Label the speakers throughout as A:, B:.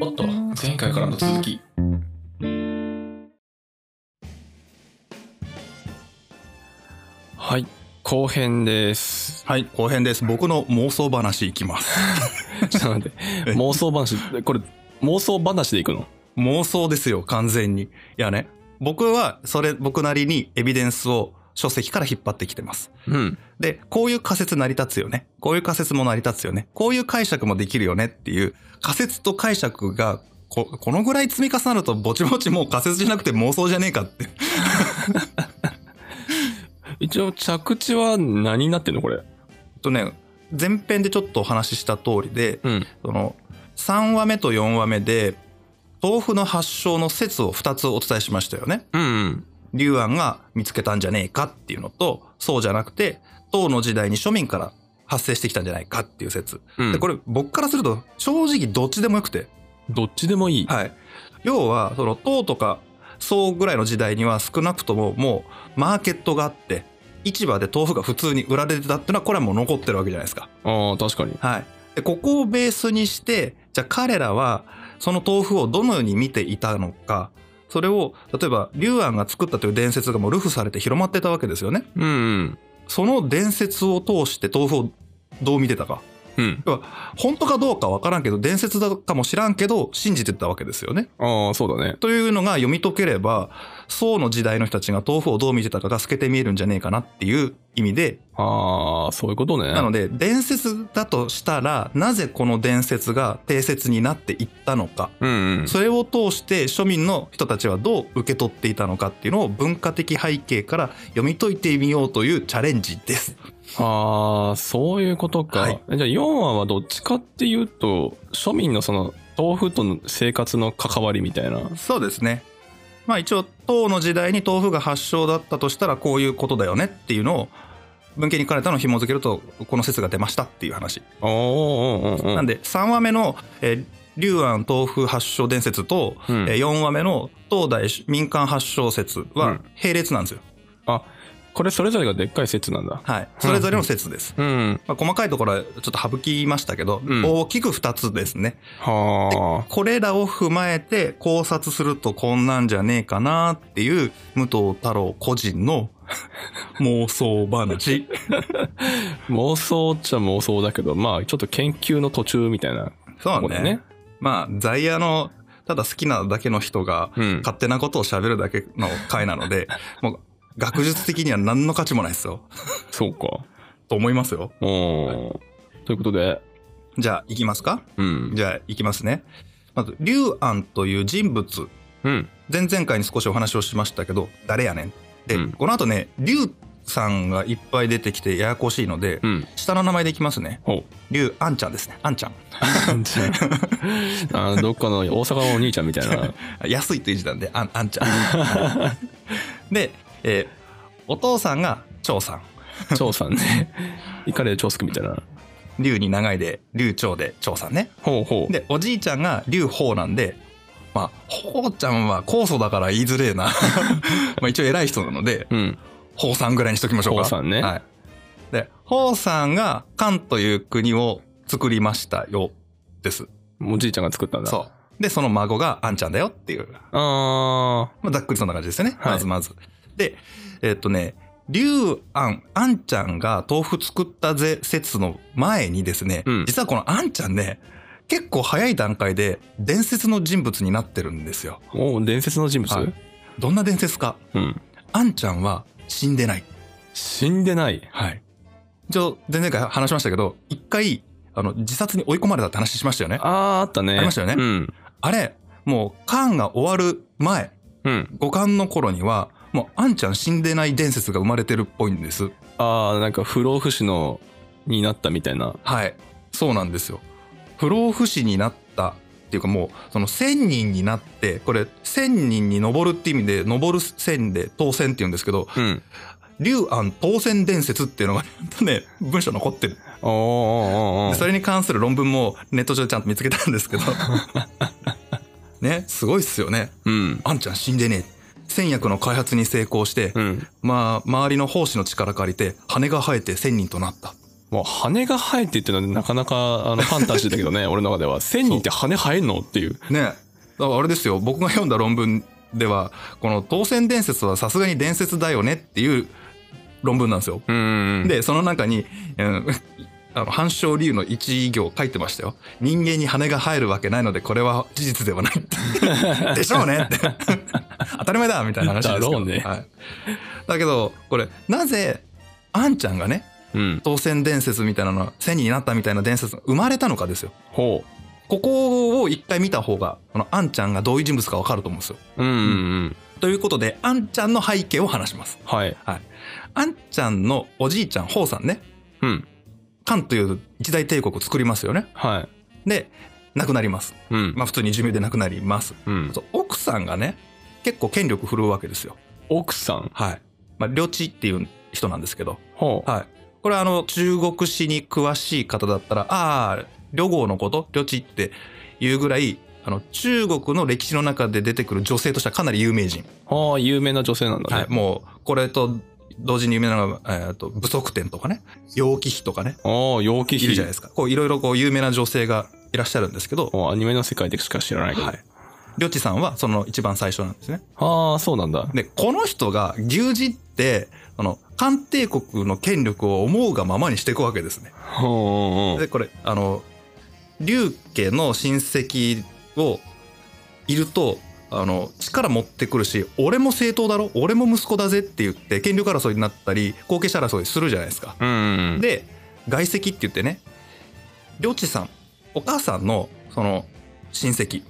A: おっと前回からの続き
B: はい後編です
C: はい、後編です。僕の妄想話いきます。
B: ちょっと待って
C: え
B: 妄想話これ妄想話でいくの
C: 妄想ですよ、完全に。いやね、僕は、それ、僕なりにエビデンスを書籍から引っ張ってきてます。
B: うん
C: で、こういう仮説成り立つよね。こういう仮説も成り立つよね。こういう解釈もできるよねっていう、仮説と解釈がこ、このぐらい積み重なると、ぼちぼちもう仮説じゃなくて妄想じゃねえかって。
B: 一応着地は何になってんのこれ
C: とね、前編でちょっとお話しした通りで、
B: うん
C: その、3話目と4話目で、豆腐の発祥の説を2つお伝えしましたよね。
B: うんうん
C: 龍安が見つけたんじゃねえかっていうのと、そうじゃなくて、唐の時代に庶民から発生してきたんじゃないかっていう説。
B: うん
C: で、これ僕からすると正直どっちでもよくて。
B: どっちでもいい、
C: はい。要は、その唐とか宋ぐらいの時代には少なくとももうマーケットがあって、市場で豆腐が普通に売られてたっていうのはこれはもう残ってるわけじゃないですか。
B: ああ確かに
C: はい。で、ここをベースにして、じゃあ彼らは、その豆腐をどのように見ていたのか、それを、例えば、龍安が作ったという伝説がもうルフされて広まってたわけですよね。
B: うんうん
C: その伝説を通して豆腐をどう見てたか。
B: うん
C: 本当かどうかわからんけど、伝説だかもしらんけど、信じてたわけですよね。
B: ああそうだね
C: というのが読み解ければ、宋の時代の人たちが豆腐をどう見てたかが透けて見えるんじゃねえかなっていう意味で、
B: ああそういうことね
C: なので、伝説だとしたら、なぜこの伝説が定説になっていったのか、
B: うんうん
C: それを通して庶民の人たちはどう受け取っていたのかっていうのを文化的背景から読み解いてみようというチャレンジです。
B: ああ、そういうことか。
C: はい
B: えじゃあ4話はどっちかっていうと、庶民のその、豆腐との生活の関わりみたいな。
C: そうですね。まあ一応、唐の時代に豆腐が発祥だったとしたらこういうことだよねっていうのを文献に書かれたのを紐付けると、この説が出ましたっていう話。
B: おーおーおーおー
C: なんで3話目の、えー龍安豆腐発祥伝説と、
B: うん
C: えー4話目の東大民間発祥説
B: う
C: は
B: ん
C: 並列なんですよ。
B: これそれぞれがでっかい説なんだ。
C: はい。それぞれの説です。
B: うん。
C: まあ、細かいところはちょっと省きましたけど、
B: うん
C: 大きく2つですね。
B: は
C: これらを踏まえて考察するとこんなんじゃねえかなっていう武藤太郎個人の 妄想 話。
B: あ。妄想っちゃ妄想だけど、まあちょっと研究の途中みたいな
C: そ
B: と
C: う
B: こだ
C: ね。
B: ね。
C: まあ、在野のただ好きなだけの人が
B: うん。
C: 勝手なことを喋るだけの回なので、もう学術的には何の価値もないですよ。
B: そうか。
C: と思いますよ。
B: おーということで、
C: じゃあ、行きますか
B: うん。
C: じゃあ、行きますね。まず、龍安という人物
B: うん。
C: 前々回に少しお話をしましたけど、誰やねんって、
B: うん
C: この後ね、龍さんがいっぱい出てきてややこしいので、
B: うん。
C: 下の名前でいきますね。
B: ほう。
C: 龍あんちゃんですね。あんちゃん。
B: じゃああのどっかの大阪のお兄ちゃんみたいな。
C: 安いという字なんで、あんあん ちゃん。で、えーお父さんが長さん。
B: 長さんね。イカレで長介みたいな。
C: 龍に長いで、龍長で長さんね。
B: ほうほう。
C: で、おじいちゃんが龍鳳なんで、まあ、ほうちゃんは高祖だから言いづれえな。 まあ一応偉い人なので、
B: うん。
C: 宝さんぐらいにしときましょうか。
B: 宝山ね
C: はい。で、宝さんが漢という国を作りましたよ、です。
B: おじいちゃんが作ったんだ。
C: そう。で、その孫があんちゃんだよっていう、
B: あ
C: まあ、ざっくりそんな感じですよね。
B: はい
C: まずまず。で、えっとね、龍安、あんちゃんが豆腐作ったぜ説の前にですね、
B: うん
C: 実はこのあんちゃんね、結構早い段階で伝説の人物になってるんですよ。
B: ー。お伝説の人物、
C: はいどんな伝説か
B: うん。
C: あんちゃんは死んでない。
B: 死んでない。
C: はい。一応、前々回話しましたけど、一回、あの、自殺に追い込まれたって話しましたよね。あ
B: ああ、あったね。
C: ありましたよね
B: うん。
C: れ、もう、漢が終わる前、
B: うん。
C: 五冠の頃には、もう、あんちゃん死んでない伝説が生まれてるっぽいんです。
B: ああ、なんか不老不死の、になったみたいな。
C: はい。そうなんですよ。不老不死になったっていうかもう、その千人になって、これ、千人に上るって意味で、上る千で当選って言うんですけど、
B: うん。
C: 龍安当選伝説っていうのが、ね、文章残ってる。
B: おーおーおーお
C: で
B: ー
C: それに関する論文もネット上でちゃんと見つけたん ですけどねすごいっすよね
B: うん。
C: あんちゃん死んでねえ戦薬の開発に成功して、
B: うん。
C: まあ周りの奉仕の力借りて羽が生えて1000人となった
B: もう羽が生えてっていうのはなかなかあのファンタジーだけど ね、俺の中では。1000人って羽生えんのっていう。
C: ねだからあれですよ僕が読んだ論文ではこの当選伝説はさすがに伝説だよねっていう論文なんですよ。
B: うん。
C: でその中に、うん、あの反証理由の一行書いてましたよ。人間に羽が生えるわけないのでこれは事実ではない って。でしょうねって当たり前だみたいな話ですけど
B: だろうね
C: はい、だけどこれなぜあんちゃんがね
B: うん。
C: 当選伝説みたいなの千人になったみたいな伝説が生まれたのかですよ。
B: ほ
C: ここを一回見た方が、このアンちゃんがどういう人物かわかると思うんですよ。
B: う。うん、うん。
C: ということで、アンちゃんの背景を話します。
B: はい。
C: アンちゃんのおじいちゃん、ホウさんね、
B: うん。
C: 漢という一大帝国を作りますよね。
B: はい。
C: で、亡くなります。
B: うん。
C: まあ普通に寿命で亡くなります。
B: うん。
C: そう奥さんがね、結構権力振るうわけですよ。
B: 奥さん。
C: はい。まあ、領地っていう人なんですけど。
B: ほう。
C: はい。これはあの、中国史に詳しい方だったら、ああ、旅号のこと、旅地っていうぐらい、あの、中国の歴史の中で出てくる女性としてはかなり有名人。
B: ああ、有名な女性なんだ
C: はい
B: ね。。
C: もう、これと同時に有名なのが、えーと、武足天とかね、楊貴妃とかね、
B: ああ、陽気
C: い
B: 妃。
C: るじゃないですか。こう、いろいろこう、有名な女性がいらっしゃるんですけど、
B: もうアニメの世界でしか知らないけど。
C: はい。旅地さんはその一番最初なんですね。
B: ああ、そうなんだ。
C: で、この人が牛耳って、あの、漢帝国の権力を思うがままにしていくわけですね。
B: ほうほうほう。
C: でこれあの劉家の親戚をいるとあの力持ってくるし俺も正当だろ俺も息子だぜって言って権力争いになったり後継者争いするじゃないですか。
B: うんうん。
C: で外籍って言ってね領地さんお母さんのその親戚、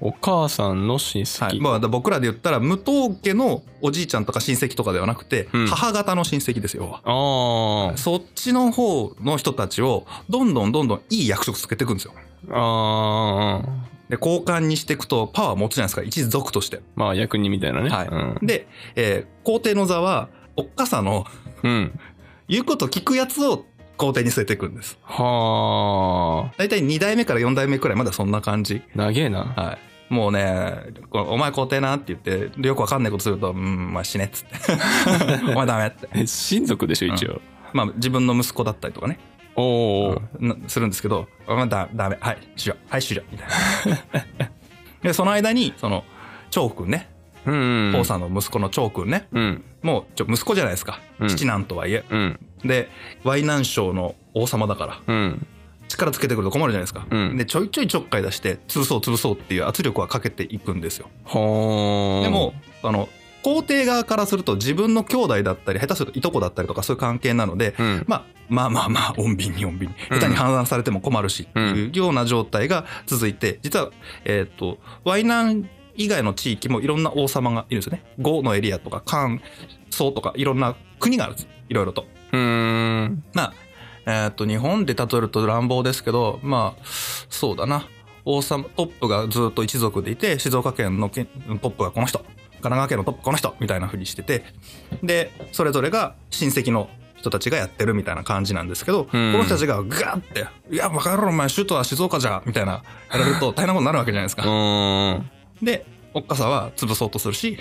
B: お母さんの親戚。
C: はいまあ、だから僕らで言ったら武藤家のおじいちゃんとか親戚とかではなくて、
B: うん
C: 母方の親戚ですよ要は
B: ああ。
C: そっちの方の人たちをどんどんどんどんいい役職つけていくんですよ。
B: ああ。
C: で交換にしていくとパワー持つじゃないですか一族として
B: まあ、役人みたいなね。
C: はい
B: うん
C: で、えー皇帝の座はおっかさの
B: うん。
C: 言うこと聞くやつを皇帝に据えていくんです
B: は
C: 大体2代目から4代目くらいまだそんな感じ
B: あ。長えな。
C: はいもうね「こお前皇帝な」って言ってよくわかんないことすると「うんまあ死ね」っつって 「お前ダメ」って
B: え親族でしょ、一応。
C: まあ自分の息子だったりとかね
B: おお。
C: なするんですけど、あだダメはい終了はい終了みたいな でその間にその張君ね
B: うん。
C: 王さんの息子の張君ね、
B: うん。
C: もうちょ息子じゃないですか、
B: うん
C: 父なんとはいえ
B: うん。
C: で淮南省の王様だから
B: うん。
C: 力つけてくると困るじゃないですか、
B: うん
C: でちょいちょいちょっかい出して潰そう潰そうっていう圧力はかけていくんですよ
B: ほー
C: でも、あの皇帝側からすると自分の兄弟だったり下手するといとこだったりとかそういう関係なので、
B: うん。
C: まあ、まあまあまあ穏便に穏便に
B: うん
C: 下手に判断されても困るしって
B: うん
C: いうような状態が続いて実はえっ、とワイナン以外の地域もいろんな王様がいるんですよね呉のエリアとか漢宋とかいろんな国があるんですいろいろと。
B: うーん。
C: まあえっ、と日本で例えると乱暴ですけどまあそうだな王様トップがずっと一族でいて静岡県のけトップがこの人神奈川県のトップこの人みたいなふうにしててでそれぞれが親戚の人たちがやってるみたいな感じなんですけど、この人たちがガーって「いや分かるお前首都は静岡じゃ」みたいなやられると大変なことになるわけじゃないです
B: う
C: か。
B: ーん。
C: でおっかさは潰そうとするし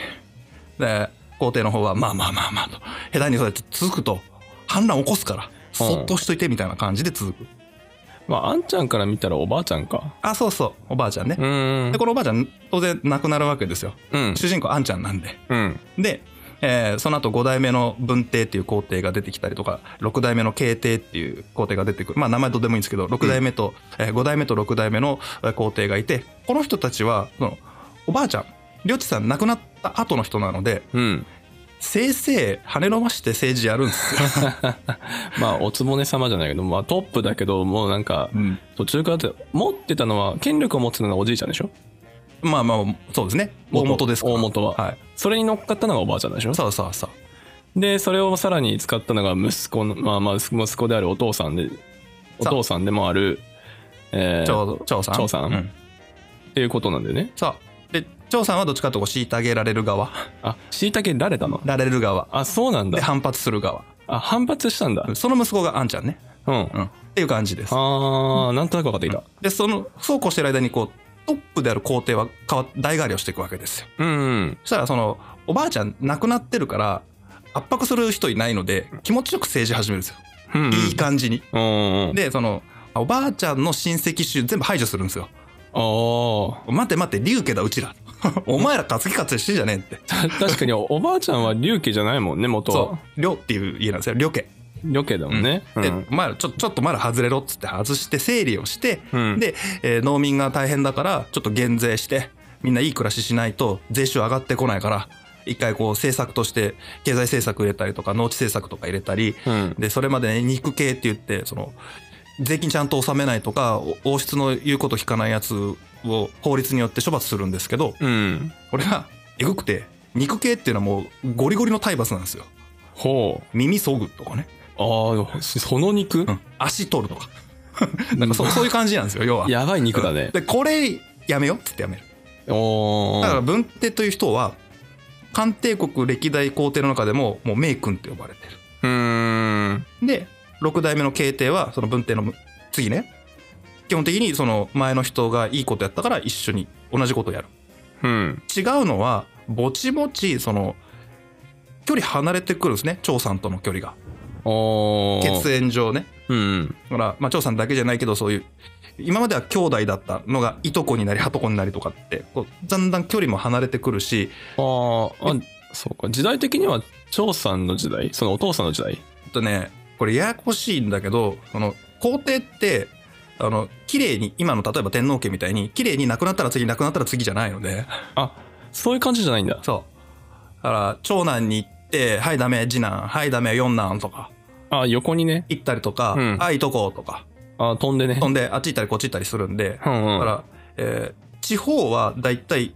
C: で皇帝の方はまあまあまあまあと下手にそれ続くと反乱起こすからそっとしといてみたいな感じで続く、
B: まあ、あんちゃんから見たらおばあちゃんか。
C: あそうそうおばあちゃんね
B: う、ーん
C: で。このおばあちゃん当然亡くなるわけですよ
B: うん。
C: 主人公あんちゃんなんで
B: うん。
C: で、えーその後5代目の文帝っていう皇帝が出てきたりとか6代目の慶帝っていう皇帝が出てくるまあ名前どうでもいいんですけど6代目と、え5代目と6代目のえー皇帝がいてこの人たちはそのおばあちゃんりょちさん亡くなった後の人なので
B: うん。
C: せいせい跳ね伸ばして政治やるんですよ。
B: まあ、おつぼね様じゃないけど、まあ、トップだけど、もうなんか、途中からだって、持ってたのは、権力を持ってたのはおじいちゃんでしょ
C: まあまあそうですね大
B: 元
C: 元ですから、
B: 大元はいそれに乗っかったのがおばあちゃんでしょ
C: そうそうそう
B: で、それをさらに使ったのが息子の、まあまあ、息子であるお父さんで、お
C: さ
B: 父さんでもある、えー、
C: 長長さん
B: 長さん
C: うん、
B: っていうことなんだよね。
C: そうで長さんはどっちかというと虐げられる側
B: あ、椎茸られたの
C: られる側
B: あ、そうなん
C: で
B: だ。
C: 反発する側
B: あ、反発したんだ。
C: その息子があんちゃんね
B: うん。
C: うんっていう感じです。
B: あー、なんとなく分かってきた。
C: で、その、そうこうしてる間に、こう、トップである皇帝は変わ代替わりをしていくわけですよ。
B: うん、うん。
C: そしたら、その、おばあちゃん亡くなってるから、圧迫する人いないので、気持ちよく政治始めるんですよ。
B: ううんうん
C: いい感じに。
B: うん うん。
C: で、その、おばあちゃんの親戚衆全部排除するんですよ。
B: あ
C: 待て待て、竜家だ、うちら。 お前ら担ぎ担ぎしてんじゃねえって。
B: あ。 確かにおばあちゃんは龍家じゃないもんね、元
C: そ
B: は。
C: う。りょうっていう家なんですよ。りょ家。
B: 龍家だもんね。う
C: で、
B: ん。
C: お前らちょ、ちょっとお前ら外れろっつって外して、整理をして、
B: うん
C: で、えー農民が大変だから、ちょっと減税して、みんないい暮らししないと、税収上がってこないから、一回こう政策として、経済政策入れたりとか、農地政策とか入れたり、
B: うん
C: で、それまでね、肉系って言って、その、税金ちゃんと納めないとか、お王室の言うこと聞かないやつを法律によって処罰するんですけど、
B: うん。
C: これがえぐくて、肉系っていうのはもうゴリゴリの体罰なんですよ。
B: ほう。
C: 耳そぐとかね。
B: ああ、その肉
C: うん、足取るとかな んかそうそういう感じなんですよ要は
B: やばい肉だね。
C: でこれやめようっつってやめる
B: お
C: だから
B: ー。
C: 文帝という人は漢帝国歴代皇帝の中でももう名君って呼ばれて
B: うーん。
C: るで6代目の慶帝はその文帝の次ね基本的にその前の人がいいことやったから一緒に同じことをやる
B: うん。
C: 違うのはぼちぼちその距離離れてくるんですね張さんとの距離が
B: おー。
C: 血縁上ね
B: うん。
C: ほら、まあ、張さんだけじゃないけど、そういう、今までは兄弟だったのが、いとこになり、はとこになりとかって、こう、だんだん距離も離れてくるし、
B: あーあ、そうか。時代的には、張さんの時代そのお父さんの時代
C: えっとね、これややこしいんだけど、その、皇帝って、あの、綺麗に、今の例えば天皇家みたいに、綺麗に亡くなったら次、亡くなったら次じゃないの で、
B: あ、そういう感じじゃないんだ。
C: そう。だから、長男に行って、はい、ダメ、次男、はい、ダメ、四男とか、
B: あ、横にね。
C: 行ったりとか、
B: うん
C: はい、いとことか、
B: あ、飛んでね。
C: 飛んで、あっち行ったりこっち行ったりするんで、
B: うんうん
C: だから、えー地方は大体、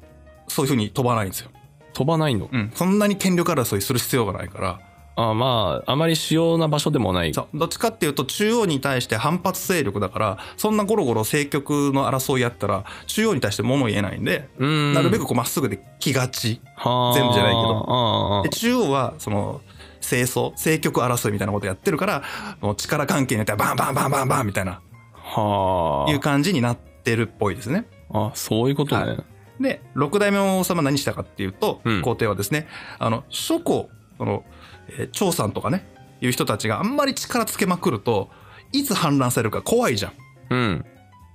C: そういうふうに飛ばないんですよ。
B: 飛ばないの。
C: うん、そんなに権力争いする必要がないから、
B: あまあ、あまり主要な場所でもない。
C: そうどっちかっていうと中央に対して反発勢力だから、そんなゴロゴロ政局の争いやったら、中央に対して物言えないんで、
B: うーん。
C: なるべくこうまっすぐで来がち。
B: はあ
C: 全部じゃないけど
B: あ
C: で、中央はその、清掃、政局争いみたいなことやってるから、もう力関係によってはバンバンバンバンバンみたいな、
B: あ、はあ。
C: いう感じになってるっぽいですね。
B: あ、そういうことね。
C: はいで、六代目の王様は何したかっていうと、
B: うん
C: 皇帝はですね、あの、諸侯、その、えー張さんとかね、いう人たちがあんまり力つけまくると、いつ反乱されるか怖いじゃん。
B: うん。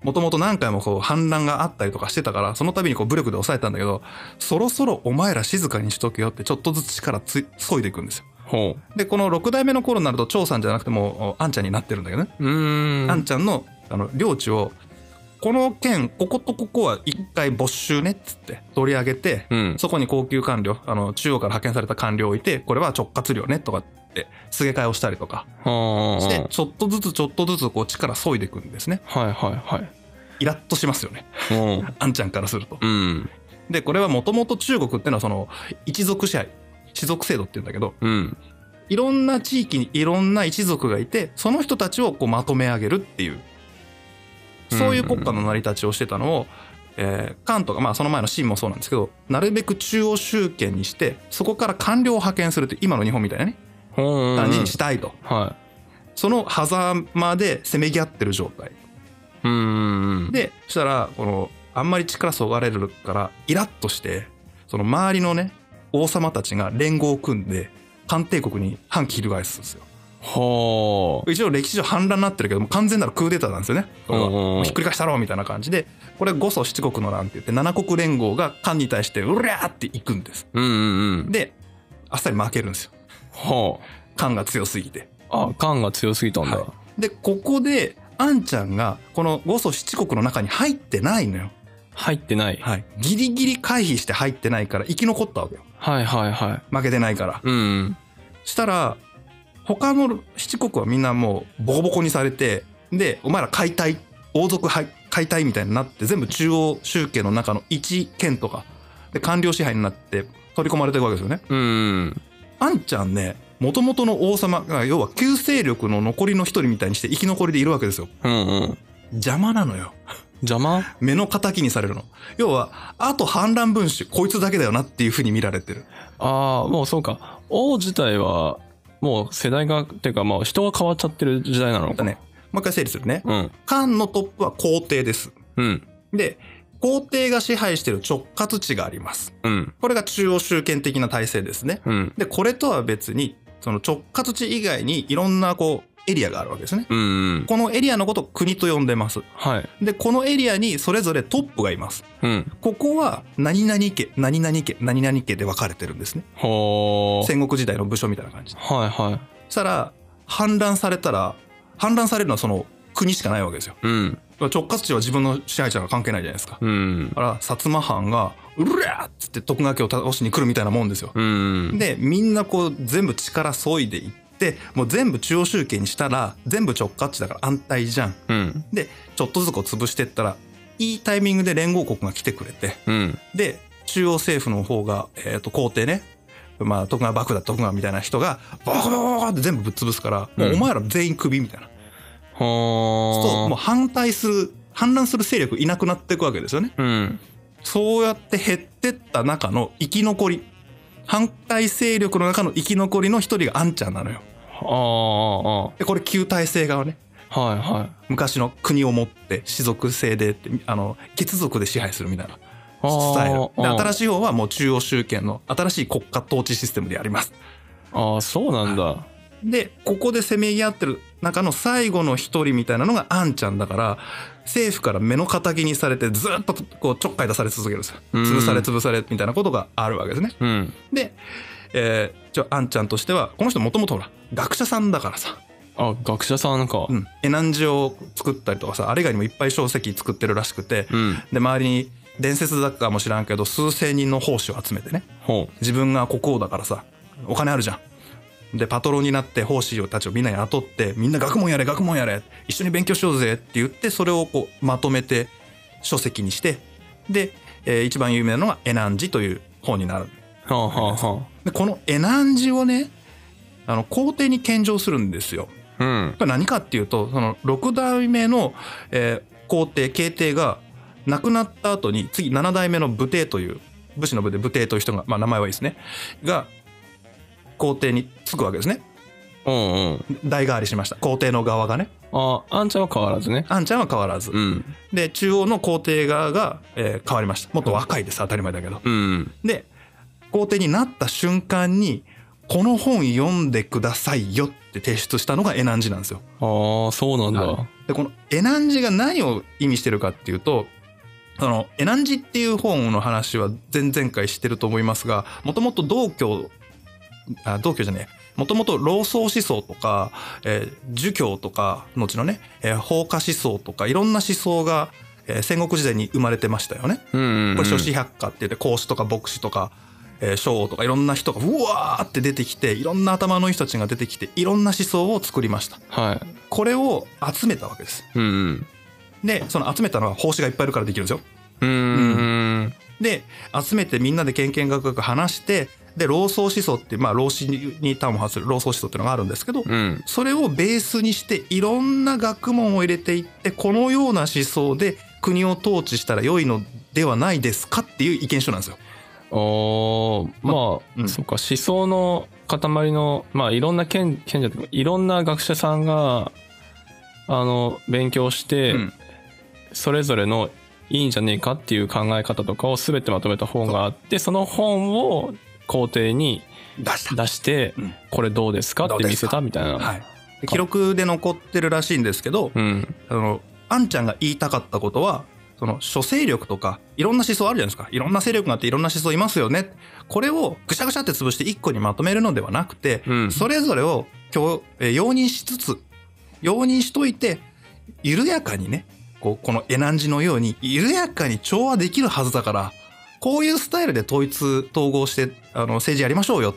C: もともと何回もこう反乱があったりとかしてたから、その度にこう武力で抑えたんだけど、そろそろお前ら静かにしとけよってちょっとずつ力つい、削いでいくんですよ。
B: ほ
C: で、この六代目の頃になると、張さんじゃなくてもう、あんちゃんになってるんだけどね。
B: う。うーん。
C: あんちゃんの、あの、領地を、この県、こことここは一回没収ねっつって取り上げて、
B: うん。
C: そこに高級官僚、あの、中央から派遣された官僚をいて、これは直轄領ね、とかって、すげ替えをしたりとか
B: はあ。
C: して、ちょっとずつちょっとずつこう力削いでいくんですね。
B: はいはい
C: イラッとしますよね。
B: はい。
C: あんちゃんからすると。
B: うん。
C: で、これはもともと中国ってのはその、一族支配、士族制度って言うんだけど、
B: うん。
C: いろんな地域にいろんな一族がいて、その人たちをこうまとめ上げるっていう、そういう国家の成り立ちをしてたのを、えー漢とか、まあその前の秦もそうなんですけど、なるべく中央集権にして、そこから官僚を派遣するって、今の日本みたいなね、
B: ほう。
C: 感じにしたいと。
B: は
C: その狭間でせめぎ合ってる状態。
B: い。うん。、
C: で、そしたら、この、あんまり力そがれるから、イラッとして、その周りのね、王様たちが連合を組んで、漢帝国に反旗翻すんですよ。
B: ほう。
C: 一応歴史上反乱になってるけども、完全なるクーデターなんですよね。これは
B: うんうんうん
C: もうひっくり返したろうみたいな感じで、これ五祖七国の乱って言って、七国連合が漢に対して、うりゃーって行くんです。
B: うんうんうん。
C: で、あっさり負けるんですよ。
B: ほう。
C: 漢が強すぎて。
B: あ、感が強すぎたんだ。
C: はで、ここで、あんちゃんが、この五祖七国の中に入ってないのよ。
B: 入ってない。
C: はい。ギリギリ回避して入ってないから、生き残ったわけよ。
B: はいはいはい。
C: 負けてないから。
B: うん。
C: したら、他の七国はみんなもう、ボコボコにされて、で、お前ら解体、王族はい解体みたいになって、全部中央集権の中の一県とか、で、官僚支配になって、取り込まれていくわけですよね。
B: うん。
C: あんちゃんね、元々の王様が、要は旧勢力の残りの一人みたいにして生き残りでいるわけですよ。
B: うんうん。
C: 邪魔なのよ。
B: 邪魔
C: 目の敵にされるの。要は、あと反乱分子、こいつだけだよなっていうふうに見られてる。
B: ああ、もうそうか。王自体は、もう世代が、ていうかまあ人が変わっちゃってる時代なの
C: また
B: か。
C: ね、もう一回整理するね。
B: うん。
C: 漢のトップは皇帝です。
B: うん。
C: で、皇帝が支配している直轄地があります。
B: うん。
C: これが中央集権的な体制ですね。
B: うん。
C: で、これとは別に、その直轄地以外にいろんなこう、エリアがあるわけですね。
B: うんうん。
C: このエリアのことを国と呼んでます。
B: はい。
C: で、このエリアにそれぞれトップがいます。
B: うん。
C: ここは何々家、何々家、何々家で分かれてるんですね。
B: ほー。
C: 戦国時代の武将みたいな感じで。
B: はいはい。
C: そしたら、反乱されたら、反乱されるのはその国しかないわけですよ。
B: うん。
C: 直轄地は自分の支配者が関係ないじゃないですか。
B: うん
C: だ。から、薩摩藩が、うるりゃーっつって徳川家を倒しに来るみたいなもんですよ。
B: うん。
C: でみんなこう全部力削いでいってもう全部中央集権にしたら全部直轄地だから安泰じゃん
B: うん。
C: でちょっとずつこう潰してったらいいタイミングで連合国が来てくれて
B: うん。
C: で中央政府の方が、えー、と皇帝ねまあ、徳川幕府だ徳川みたいな人がボコボコボコって全部ぶっ潰すから、もう
B: うん
C: お前ら全員クビみたいな
B: ほー。
C: そうするともう反対する反乱する勢力いなくなっていくわけですよね
B: うん。
C: そうやって減ってった中の生き残り。反対勢力の中の生き残りの一人がアンちゃんなのよ。
B: ああ、あ
C: で、これ旧体制側ね。
B: あ。はいはい。
C: 昔の国を持って、士族制でって、あの、血族で支配するみたいな
B: あー
C: スタイル。で、
B: あー
C: 新しい方はもう中央集権の新しい国家統治システムでやります。
B: ああ、そうなんだ。
C: で、ここでせめぎ合ってる中の最後の一人みたいなのがアンちゃんだから、政府から目の敵にされてずっとこうちょっかい出され続けるんですよ。
B: うん
C: 潰され潰されみたいなことがあるわけですね。
B: うん。
C: で、えー、ちょ、あんちゃんとしては、この人もともとほら、学者さんだからさ、
B: あ、学者さんか
C: う。ん、絵南寺を作ったりとかさ、あれ以外にもいっぱい小石作ってるらしくて、
B: うん。
C: で、周りに伝説だかも知らんけど、数千人の奉仕を集めてね、
B: ほう。
C: 自分が国王だからさ、お金あるじゃん。で、パトロンになって奉仕たちをみんな雇って、みんな学問やれ、学問やれ、一緒に勉強しようぜって言って、それをこう、まとめて書籍にして、で、えー一番有名なのが絵南寺という本になる。
B: はあ、はあは
C: でこのエナンジをねあの皇帝に献上するんですよ。
B: あ。うん。
C: これ何かっていうとその6代目の、えー皇帝慶帝が亡くなった後に次7代目の武帝という武士の武で武帝という人が、まあ、名前はいいですねが皇帝につくわけですね
B: うんうん。
C: 代替わりしました皇帝の側がね
B: あ、あんちゃんは変わらずね。
C: あんちゃんは変わらず、
B: うん。
C: で中央の皇帝側が、えー変わりましたもっと若いです当たり前だけど
B: うん。
C: で皇帝になった瞬間にこの本読んでくださいよって提出したのがエナンジなんですよ。
B: ああ、そうなんだ。
C: でこのエナンジが何を意味してるかっていうとそのエナンジっていう本の話は前々回してると思いますがもともと道教あ道教じゃねえもともと老僧思想とか、えー儒教とか後のね、えー法家思想とかいろんな思想が、えー戦国時代に生まれてましたよね。
B: うんうんうん。
C: これ諸子百科って言って孔子とか牧師とかえー昭王とかいろんな人がうわーって出てきていろんな頭のいい人たちが出てきていろんな思想を作りました
B: は
C: これを集めたわけです
B: い。うんうん。
C: でその集めたのは奉仕がいっぱいいるからできるんですよ
B: うんうんうん。
C: で集めてみんなでけんけんがくがく話してで老僧思想ってまあ老子に端を発する老僧思想っていうのがあるんですけど
B: うん。
C: それをベースにしていろんな学問を入れていってこのような思想で国を統治したら良いのではないですかっていう意見書なんですよ
B: おーまあ、
C: うん
B: そっか、思想の塊の、まあ、いろんな賢賢者というか、いろんな学者さんが、あの、勉強して、
C: うん
B: それぞれのいいんじゃねえかっていう考え方とかを全てまとめた本があって、その本を皇帝に
C: 出した
B: 出して、
C: うん
B: これどうですか
C: ど
B: っ
C: う
B: て
C: で
B: 見
C: す
B: せ
C: か
B: たみたいな。
C: はい、で記録で残ってるらしいんですけど、
B: うん。
C: あのあんちゃんが言いたかったことはその諸勢力とかいろんな思想あるじゃないですかいろんな勢力があっていろんな思想いますよねこれをぐしゃぐしゃって潰して一個にまとめるのではなくて、
B: うん
C: それぞれを共えー容認しつつ容認しといて緩やかにねこうこの絵南寺のように緩やかに調和できるはずだからこういうスタイルで統一統合してあの政治やりましょうよ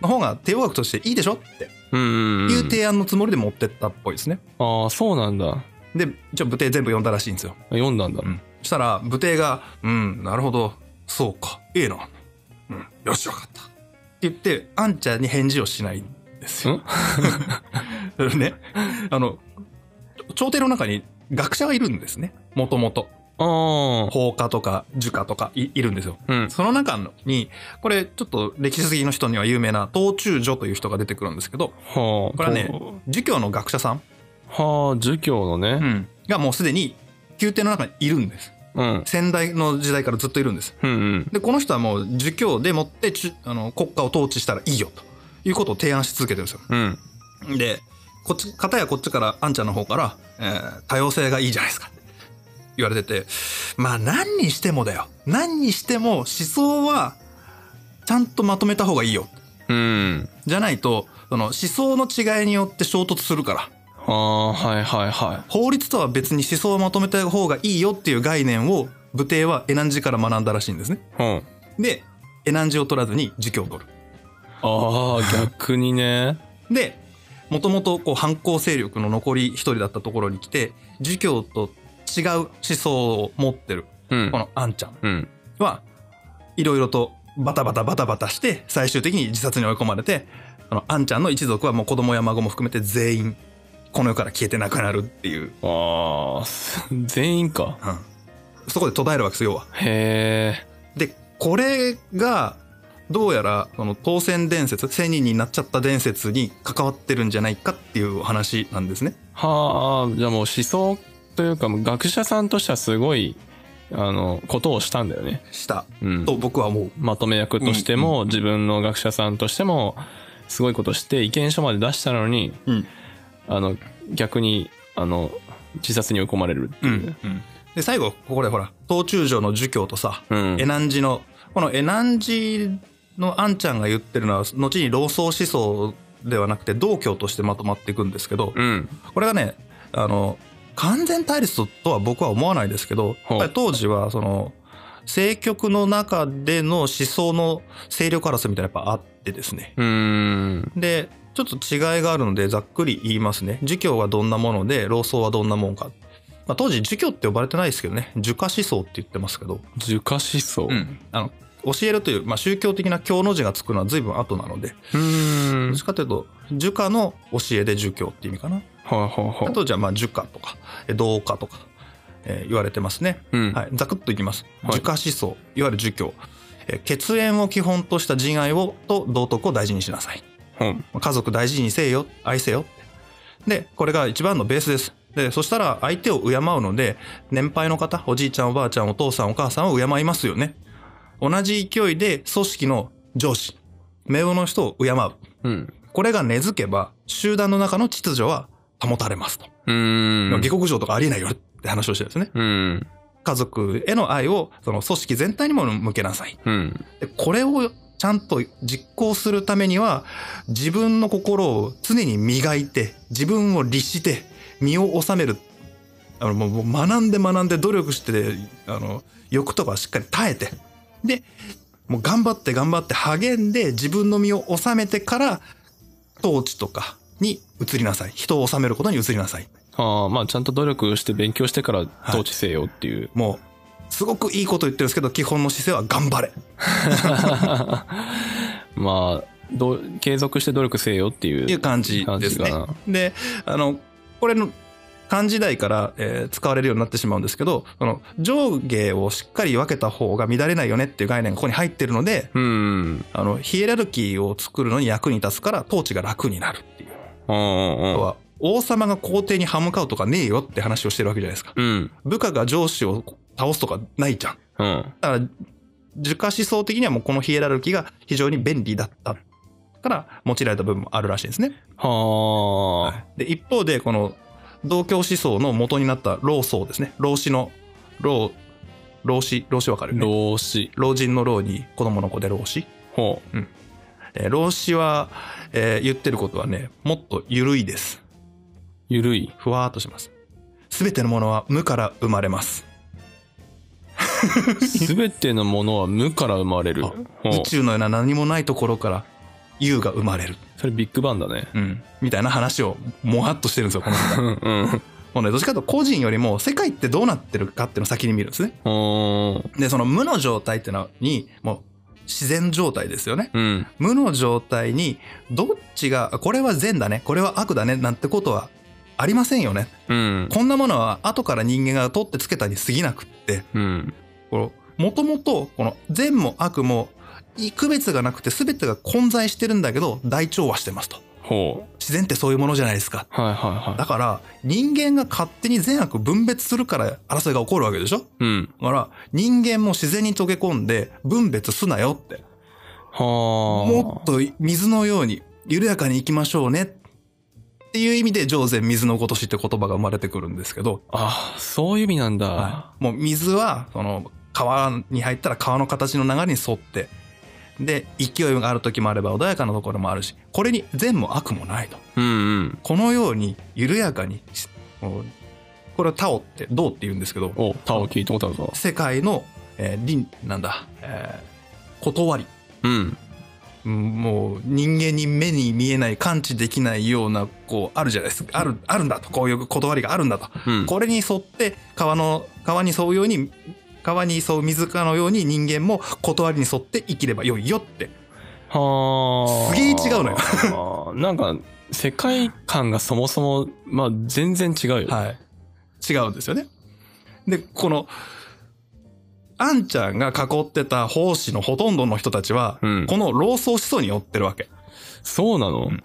C: の方が帝王学としていいでしょって
B: うんうん、うん。
C: いう提案のつもりで持ってったっぽいですね。
B: ああ、そうなんだ。
C: で、じゃあ武帝全部読んだらしいんですよ。
B: 読んだんだ。
C: そしたら武帝が、うん、なるほど、そうか、ええな。うん、よし、わかった。って言って、あんちゃんに返事をしないんですよ。 ね。あの、朝廷の中に学者がいるんですね。もともと。
B: ああ。
C: 法家とか儒家とかいいるんですよ。
B: うん。
C: その中に、これちょっと歴史好きの人には有名な東中女という人が出てくるんですけど、
B: はあ。
C: これはね、儒教の学者さん
B: はあ、儒教のね。
C: がもうすでに宮廷の中にいるんです。
B: うん。
C: 先代の時代からずっといるんです。
B: うんうん。
C: で、この人はもう儒教でもってちゅあの国家を統治したらいいよということを提案し続けてるんですよ。
B: うん。
C: で、こっち、片やこっちから、あんちゃんの方から、えー多様性がいいじゃないですかって言われてて、まあ何にしてもだよ。何にしても思想は、ちゃんとまとめた方がいいよ。
B: うん。
C: じゃないと、その思想の違いによって衝突するから。
B: ああ、はいはいは
C: 法律とは別に思想をまとめた方がいいよっていう概念を武帝はエナンジから学んだらしいんですね。
B: い。うん。
C: で、エナンジを取らずに儒教を取る。
B: ああ、逆にね。
C: で、もともとこう反抗勢力の残り一人だったところに来て、儒教と違う思想を持ってる、
B: うん
C: こ。のアンちゃん
B: うん。
C: は、いろいろとバタバタバタバタして、最終的に自殺に追い込まれて、あの、アンちゃんの一族はもう子供や孫も含めて全員、この世から消えてなくなるっていう、
B: ああ、す全員か。
C: うんそこで途絶えるわけですよ、要は。
B: へえ。
C: でこれがどうやらその当選伝説千人になっちゃった伝説に関わってるんじゃないかっていうお話なんですね。
B: はあ、じゃあもう思想というか、もう学者さんとしてはすごい、あの、ことをしたんだよね。
C: した
B: うん。
C: と僕は思う。
B: まとめ役としても、自分の学者さんとしても、すごいことして、意見書まで出したのに、
C: うん
B: あの、逆に、あの、自殺に追い込まれるっていう。
C: で最後これほら東中城の儒教とさ、
B: うん。
C: エナンジのこのエナンジのアンちゃんが言ってるのは後に老荘思想ではなくて道教としてまとまっていくんですけど、
B: うん。
C: これがねあの完全対立とは僕は思わないですけど
B: ほう
C: やっぱり当時はその政局の中での思想の勢力争いみたいなのやっぱあってですね
B: うーん。
C: でちょっと違いがあるのでざっくり言いますね儒教はどんなもので老僧はどんなもんか、まあ、当時儒教って呼ばれてないですけどね儒家思想って言ってますけど、
B: 儒家思想。う
C: あの教えるという、まあ、宗教的な教の字がつくのは随分後なので
B: ー
C: ど
B: ん
C: っち。かというと儒家の教えで儒教って意味かな
B: ほうほうほ
C: あ
B: う。
C: とじゃあまあ儒家とかえ道家とか、えー言われてますね。
B: うん。
C: はい、ざくっといきます。
B: はい
C: 儒家思想、いわゆる儒教。えー血縁を基本とした仁愛をと道徳を大事にしなさい。
B: うん。
C: 家族大事にせよ、愛せよ。で、これが一番のベースです。で、そしたら相手を敬うので、年配の方、おじいちゃんおばあちゃんお父さんお母さんを敬いますよね。同じ勢いで組織の上司、名誉の人を敬う。
B: うん。
C: これが根付けば、集団の中の秩序は保たれますと。
B: うーん。
C: 下克上とかありえないよって話をしてるんですね。
B: うん。
C: 家族への愛をその組織全体にも向けなさい。
B: うん。
C: でこれをちゃんと実行するためには自分の心を常に磨いて自分を律して身を治める。あのもうもう学んで学んで努力してあの欲とかしっかり耐えてでもう頑張って頑張って励んで自分の身を治めてから統治とかに移りなさい人を治めることに移りなさい
B: ああ、まあちゃんと努力して勉強してから統治せよって いう。
C: もう、すごくいいこと言ってるんですけど、基本の姿勢は頑張れ。
B: まあ、どう継続して努力せよっていう。
C: っていう感じですね
B: 感じか。
C: で、あの、これの、漢字代から、えー使われるようになってしまうんですけど、その上下をしっかり分けた方が乱れないよねっていう概念がここに入ってるので、
B: うん。
C: あの、ヒエラルキーを作るのに役に立つから統治が楽になるっていう。
B: うんう
C: あ
B: ん
C: と
B: うん。
C: は、王様が皇帝に歯向かうとかねえよって話をしてるわけじゃないですか。
B: うん。
C: 部下が上司を倒すとかないじゃん。
B: うん。
C: だから、儒家思想的にはもうこのヒエラルキーが非常に便利だったから用いられた部分もあるらしいんですね。
B: はあ。
C: で、一方で、この道教思想の元になった老僧ですね。老子の、老、老子、老子わかるよね。
B: 老子。
C: 老人の老に子供の子で老子。
B: ほう。
C: えー老子は、えー言ってることはね、もっと緩いです。
B: ゆるい。
C: ふわーっとします。すべてのものは無から生まれます。
B: すべてのものは無から生まれる。
C: あ
B: ほう
C: 宇宙のような何もないところから、有が生まれる。
B: それビッグバンだね。
C: うん、みたいな話をもわっとしてるんですよ、この
B: う
C: 方。
B: んうん。
C: もうね、どっちかというと個人よりも世界ってどうなってるかっていうのを先に見るんですね。
B: ほう
C: で、その無の状態ってのに、もう自然状態ですよね。
B: うん。
C: 無の状態に、どっちが、これは善だね、これは悪だね、なんてことはありませんよね。
B: うん。
C: こんなものは後から人間が取ってつけたに過ぎなくって、
B: うん。
C: この、もともと、この善も悪も、区別がなくて全てが混在してるんだけど、大調和してますと。
B: ほう。
C: 自然ってそういうものじゃないですか。
B: はいはいは
C: だから人間が勝手に善悪分別するから争いが起こるわけでしょ
B: い。うん。
C: だから人間も自然に溶け込んで分別すなよって
B: はあ。
C: もっと水のように緩やかに行きましょうねっていう意味で、上善水の如しって言葉が生まれてくるんですけど、
B: ああ、そういう意味なんだ。
C: はい、もう水は、その、川に入ったら川の形の流れに沿って、で、勢いがある時もあれば穏やかなところもあるし、これに善も悪もないと。
B: うんうん。
C: このように緩やかに、こうこれはタオって、銅って言うんですけど、
B: お、タオ聞いたことあるぞ。
C: 世界の、えー倫、なんだ、えー断り。
B: うん。
C: うんもう人間に目に見えない感知できないようなこうあるじゃないですかあるあるんだとこういう断りがあるんだと
B: うん。
C: これに沿って川の川に沿うように川に沿う水かのように人間も断りに沿って生きればよいよって
B: はあ。
C: すげえ違うのよ
B: よ。なんか、世界観がそもそも、まあ、全然違うよ。
C: はい違うんですよねでこのあんちゃんが囲ってた奉仕のほとんどの人たちは、
B: うん
C: この老僧思想に寄ってるわけ
B: そうなの、
C: ん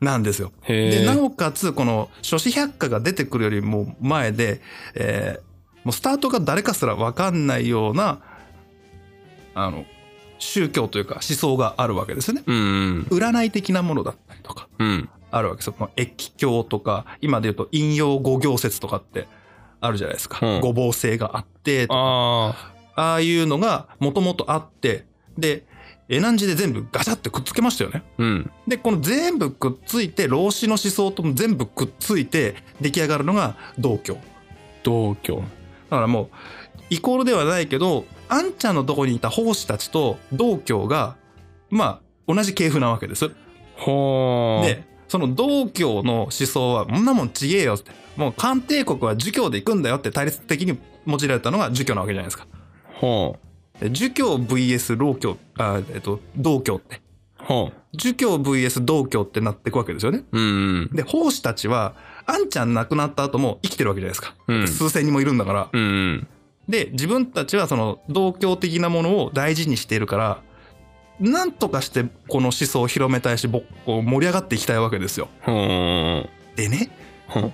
C: なんですよ
B: へ
C: で、
B: え。
C: なおかつ、この、諸子百科が出てくるよりも前で、えーもうスタートが誰かすらわかんないような、あの、宗教というか思想があるわけですよね。
B: うんうん。
C: 占い的なものだったりとか、
B: うん。
C: あるわけですよ。まあ液教とか、今で言うと引用五行説とかってあるじゃないですか。
B: うん
C: 五芒星があって、あ
B: あ
C: あいうのがもともとあって、で、絵難字で全部ガシャってくっつけましたよね。
B: あ。うん。
C: で、この全部くっついて、老子の思想とも全部くっついて、出来上がるのが道教。だ
B: 同居。
C: からもう、イコールではないけど、あんちゃんのとこにいた奉仕たちと道教が、まあ、同じ系譜なわけです。
B: ほー。
C: で、その道教の思想は、こんなもんちげえよって。もう漢帝国は儒教で行くんだよって対立的に用いられたのが儒教なわけじゃないですか。
B: ほ
C: で儒教 VS 老教、あえっと、道教って。
B: う。ほ
C: 儒教 VS 道教ってなっていくわけですよね。
B: う。うん
C: で、奉仕たちは、あんちゃん亡くなった後も生きてるわけじゃないですか。
B: うん。
C: 数千人もいるんだから。
B: うん。うん。
C: で、自分たちはその同教的なものを大事にしているから、なんとかしてこの思想を広めたいし、ぼこう盛り上がっていきたいわけですよ。
B: ほー。
C: でね、
B: ほう。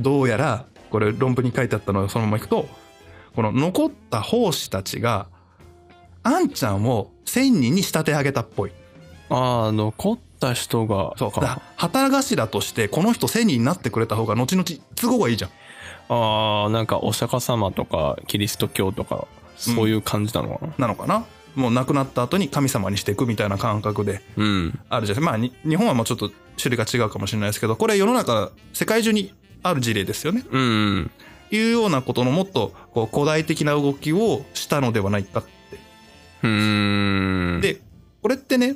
C: どうやら、これ論文に書いてあったのをそのままいくと、この残った奉仕たちが、あんちゃんを千人に仕立て上げたっぽい。
B: ああ、残った人が。
C: そうか。だから
B: か。
C: 旗頭として、この人千人になってくれた方が後々都合がいいじゃん。
B: ああ、なんかお釈迦様とか、キリスト教とか、そういう感じなのかな。
C: なのかなもう亡くなった後に神様にしていくみたいな感覚で
B: うん。
C: あるじゃないまあに日本はもうちょっと種類が違うかもしれないですけどこれ世の中世界中にある事例ですよね
B: うん。うん。
C: いうようなことのもっとこう古代的な動きをしたのではないかって
B: うーん。、
C: でこれってね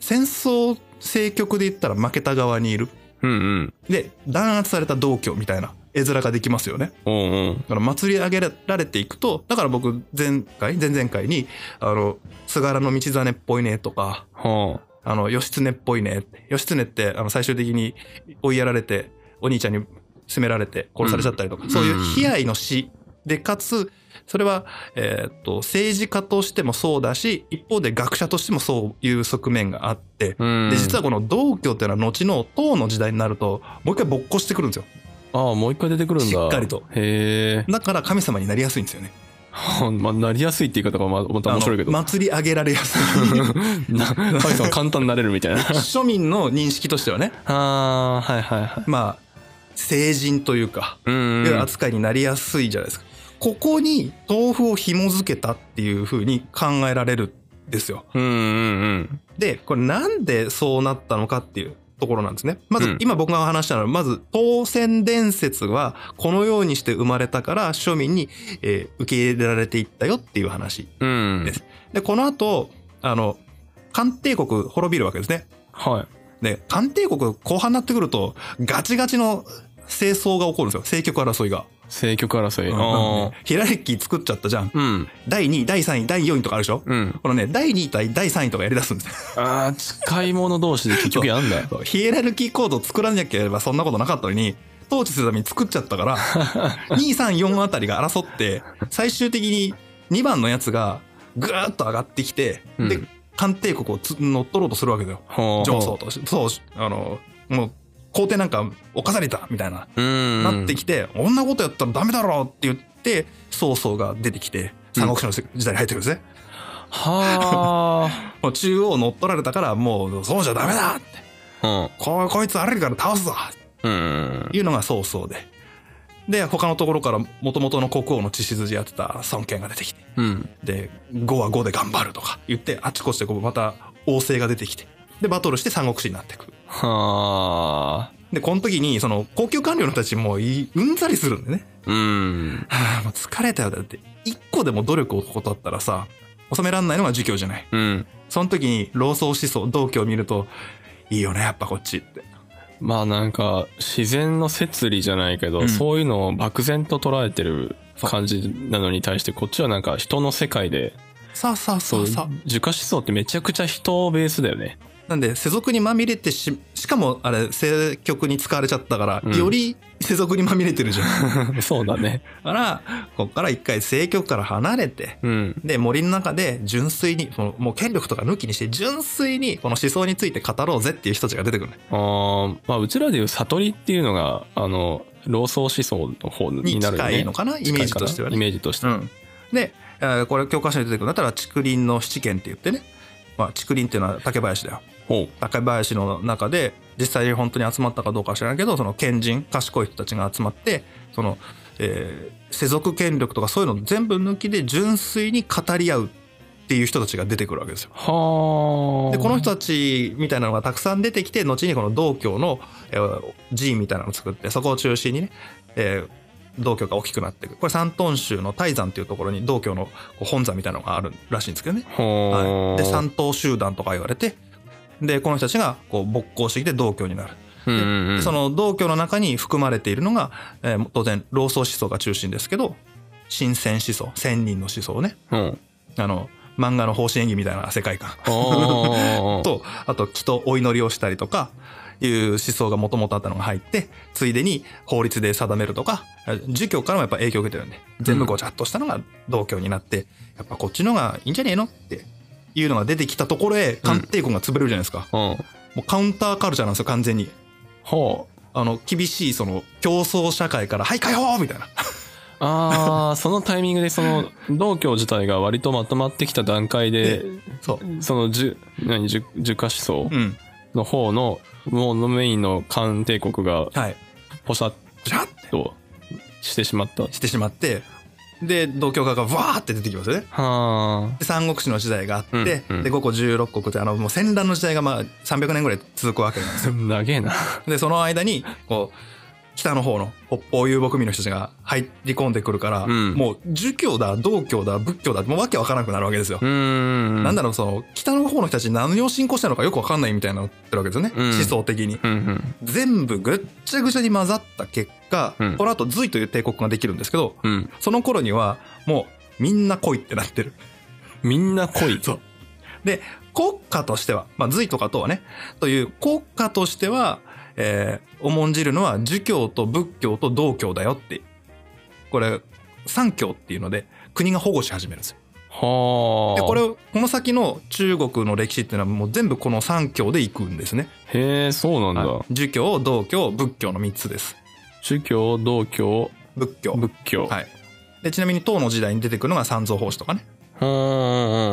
C: 戦争政局で言ったら負けた側にいる
B: うんうん。
C: で弾圧された同居みたいな絵面ができますよね
B: おうおう。
C: だから祭り上げられていくとだから僕前回前々回にあの菅原道真っぽいねとか
B: は
C: あの、義経っぽいねって。義経って、あの、最終的に追いやられて、お兄ちゃんに責められて殺されちゃったりとか、
B: うん
C: そういう悲哀の死で、かつ、それは、えーっと、政治家としてもそうだし、一方で学者としてもそういう側面があって
B: あ。、うん。
C: で、実はこの道教っていうのは後の唐の時代になると、もう一回勃興してくるんですよ。
B: ああ、もう一回出てくるんだ。
C: しっかりと
B: へえ。
C: だから神様になりやすいんですよね。
B: まあ、なりやすいって言い方がままた面白いけど。
C: あの祭り上げられや すい。
B: な、神様簡単になれるみたいな。
C: 庶民の認識としてはね、
B: ああ、はいはいはい。
C: まあ、成人というか、
B: うん、う。
C: いうん扱いになりやすいじゃないですか。ここに豆腐を紐付けたっていう風に考えられるんですよ。
B: うんうんうん。
C: で、これなんでそうなったのかっていうところなんですね。ま
B: う
C: ず
B: ん、
C: 今僕が話したのは、まず、当選伝説はこのようにして生まれたから庶民に、えー受け入れられていったよっていう話。
B: うん
C: で。で、この後、あの、漢帝国滅びるわけですね。
B: はい。
C: で、漢帝国後半になってくると、ガチガチの政争が起こるんですよ。政局争いが。
B: 政局争い。
C: うん
B: あ
C: ヒラリッキー作っちゃったじゃん。
B: あ。うん。
C: 第2位、第3位、第4位とかあるでしょ
B: うん。
C: このね、第2位対第3位とかやりだす んです
B: ああ、近い者同士で結局やんだ よ。
C: よ。ヒエラルキーコード作らなければそんなことなかったのに、統治するために作っちゃったから、2、3、4あた りが争って、最終的に2番のやつがぐーっと上がってきて、
B: うん
C: で、官帝国をつ乗っ取ろうとするわけだよ。
B: ほう
C: 上層として。そう、あの、もう、皇帝なんか犯されたみたいな。
B: うん。
C: なってきて、こんなことやったらダメだろうって言って、曹操が出てきて、三国志の時代に入ってくるんですね。
B: はあ。
C: もう中央乗っ取られたから、もうそうじゃダメだって。
B: うん。
C: ここいつ荒れるから倒すぞ
B: うん。
C: いうのが曹操で。で、他のところから元々の国王の血筋やってた孫権が出てきて、
B: うん。
C: で、5は5で頑張るとか言って、あちこちでこうまた王政が出てきて、で、バトルして三国志になってく。
B: はあ。
C: で、この時に、その、高級官僚の人たちもいうんざりするんでね。
B: うん。
C: はあ、もう疲れたよ。だって、一個でも努力を怠ったらさ、収めらんないのが儒教じゃない。
B: うん。
C: その時に、老僧思想、道教を見ると、いいよね、やっぱこっちって。
B: まあなんか、自然の摂理じゃないけど、
C: うん
B: そういうのを漠然と捉えてる感じなのに対して、こっちはなんか人の世界で、
C: さあさあさ
B: そう
C: あさあ。、
B: 儒家思想ってめちゃくちゃ人ベースだよ ね。
C: なんで、世俗にまみれてし、しかもあれ、政局に使われちゃったから、
B: うん
C: より世俗にまみれてるじゃん。 だ
B: そうだね。
C: から、こっから一回政局から離れて、
B: うん。
C: で、森の中で純粋に、そのもう権力とか抜きにして、純粋にこの思想について語ろうぜっていう人たちが出てくるね。
B: あーまあ、うちらでいう悟りっていうのが、あの、老僧思想の方に
C: に
B: なるよ
C: 近
B: ね。
C: いのかな、イメージとしては
B: イ
C: ね。
B: メージとして
C: う。ん。で、えーこれ教科書に出てくるんだったら、竹林の七軒って言ってね。まあ、竹林っていうのは竹林だよ。
B: ほう。
C: 竹林の中で実際に本当に集まったかどうかは知らないけどその賢人賢い人たちが集まってその、えー世俗権力とかそういうの全部抜きで純粋に語り合うっていう人たちが出てくるわけですよ。
B: はあ。
C: でこの人たちみたいなのがたくさん出てきて後にこの道教の、えー寺院みたいなのを作ってそこを中心にね、えー道教が大きくなっていくこれ山東州の泰山っていうところに道教のこう本山みたいなのがあるらしいんですけどね。
B: ほ
C: は
B: う。
C: い、で三頭集団とか言われてでこの人たちがこう勃興してきて道教になる、
B: うんうんうん
C: その道教の中に含まれているのが、えー当然老僧思想が中心ですけど神仙思想仙人の思想ね
B: うん。
C: あの漫画の方針演技みたいな世界観
B: あー
C: とあと祈とお祈りをしたりとかいう思想がもともとあったのが入ってついでに法律で定めるとかえー儒教からもやっぱ影響を受けてるんで全部ごちゃっとしたのが道教になってやっぱこっちのがいいんじゃねえのっていうのが出てきたところへ官帝国が潰れるじゃないですか、
B: うん。
C: もうカウンターカルチャーなんですよ完全に
B: ほう。
C: あの厳しいその競争社会から「はい解放!」みたいな
B: ああ、そのタイミングで、その、道教自体が割とまとまってきた段階で、
C: そ う
B: その、じゅ、何、じゅ、儒家思想
C: うん
B: の方の、もうのメインの漢帝国が、
C: はい
B: ポシャッ
C: ジャって
B: としてしまった。は
C: してしまってで道教側がわーって出てきますよね
B: あ。
C: で三国志の時代があって、
B: うんうん
C: で5個16国ってあのもう戦乱の時代がまあ300年ぐらい続くわけなんですよ
B: 長えな。
C: でその間にこう北の方の北方遊牧民の人たちが入り込んでくるから、
B: うん
C: もう儒教だ道教だ仏教だもうわけわからなくなるわけですよ
B: う、ーん。
C: なんだろうその北の方の人たち何を信仰したのかよくわかんないみたいになってるわけですよね、
B: うん
C: 思想的に
B: うんうん。
C: 全部ぐっちゃぐちゃに混ざった結果、
B: うん
C: この後隋という帝国ができるんですけど
B: うん。
C: その頃にはもうみんな恋ってなってる
B: みんな濃い。
C: そうで、国家としては、まあ、隋とかとはね、という国家としては、えー、重んじるのは儒教と仏教と道教だよって、これ、三教っていうので、国が保護し始めるんですよ。
B: はあ。
C: で、これを、この先の中国の歴史っていうのはもう全部この三教で行くんですね。
B: へえ、そうなんだ
C: はい。儒教、道教、仏教の三つです。
B: 儒教、道教、
C: 仏教。
B: 仏教。
C: はい。で、ちなみに唐の時代に出てくるのが三蔵法師とかね。
B: うんうん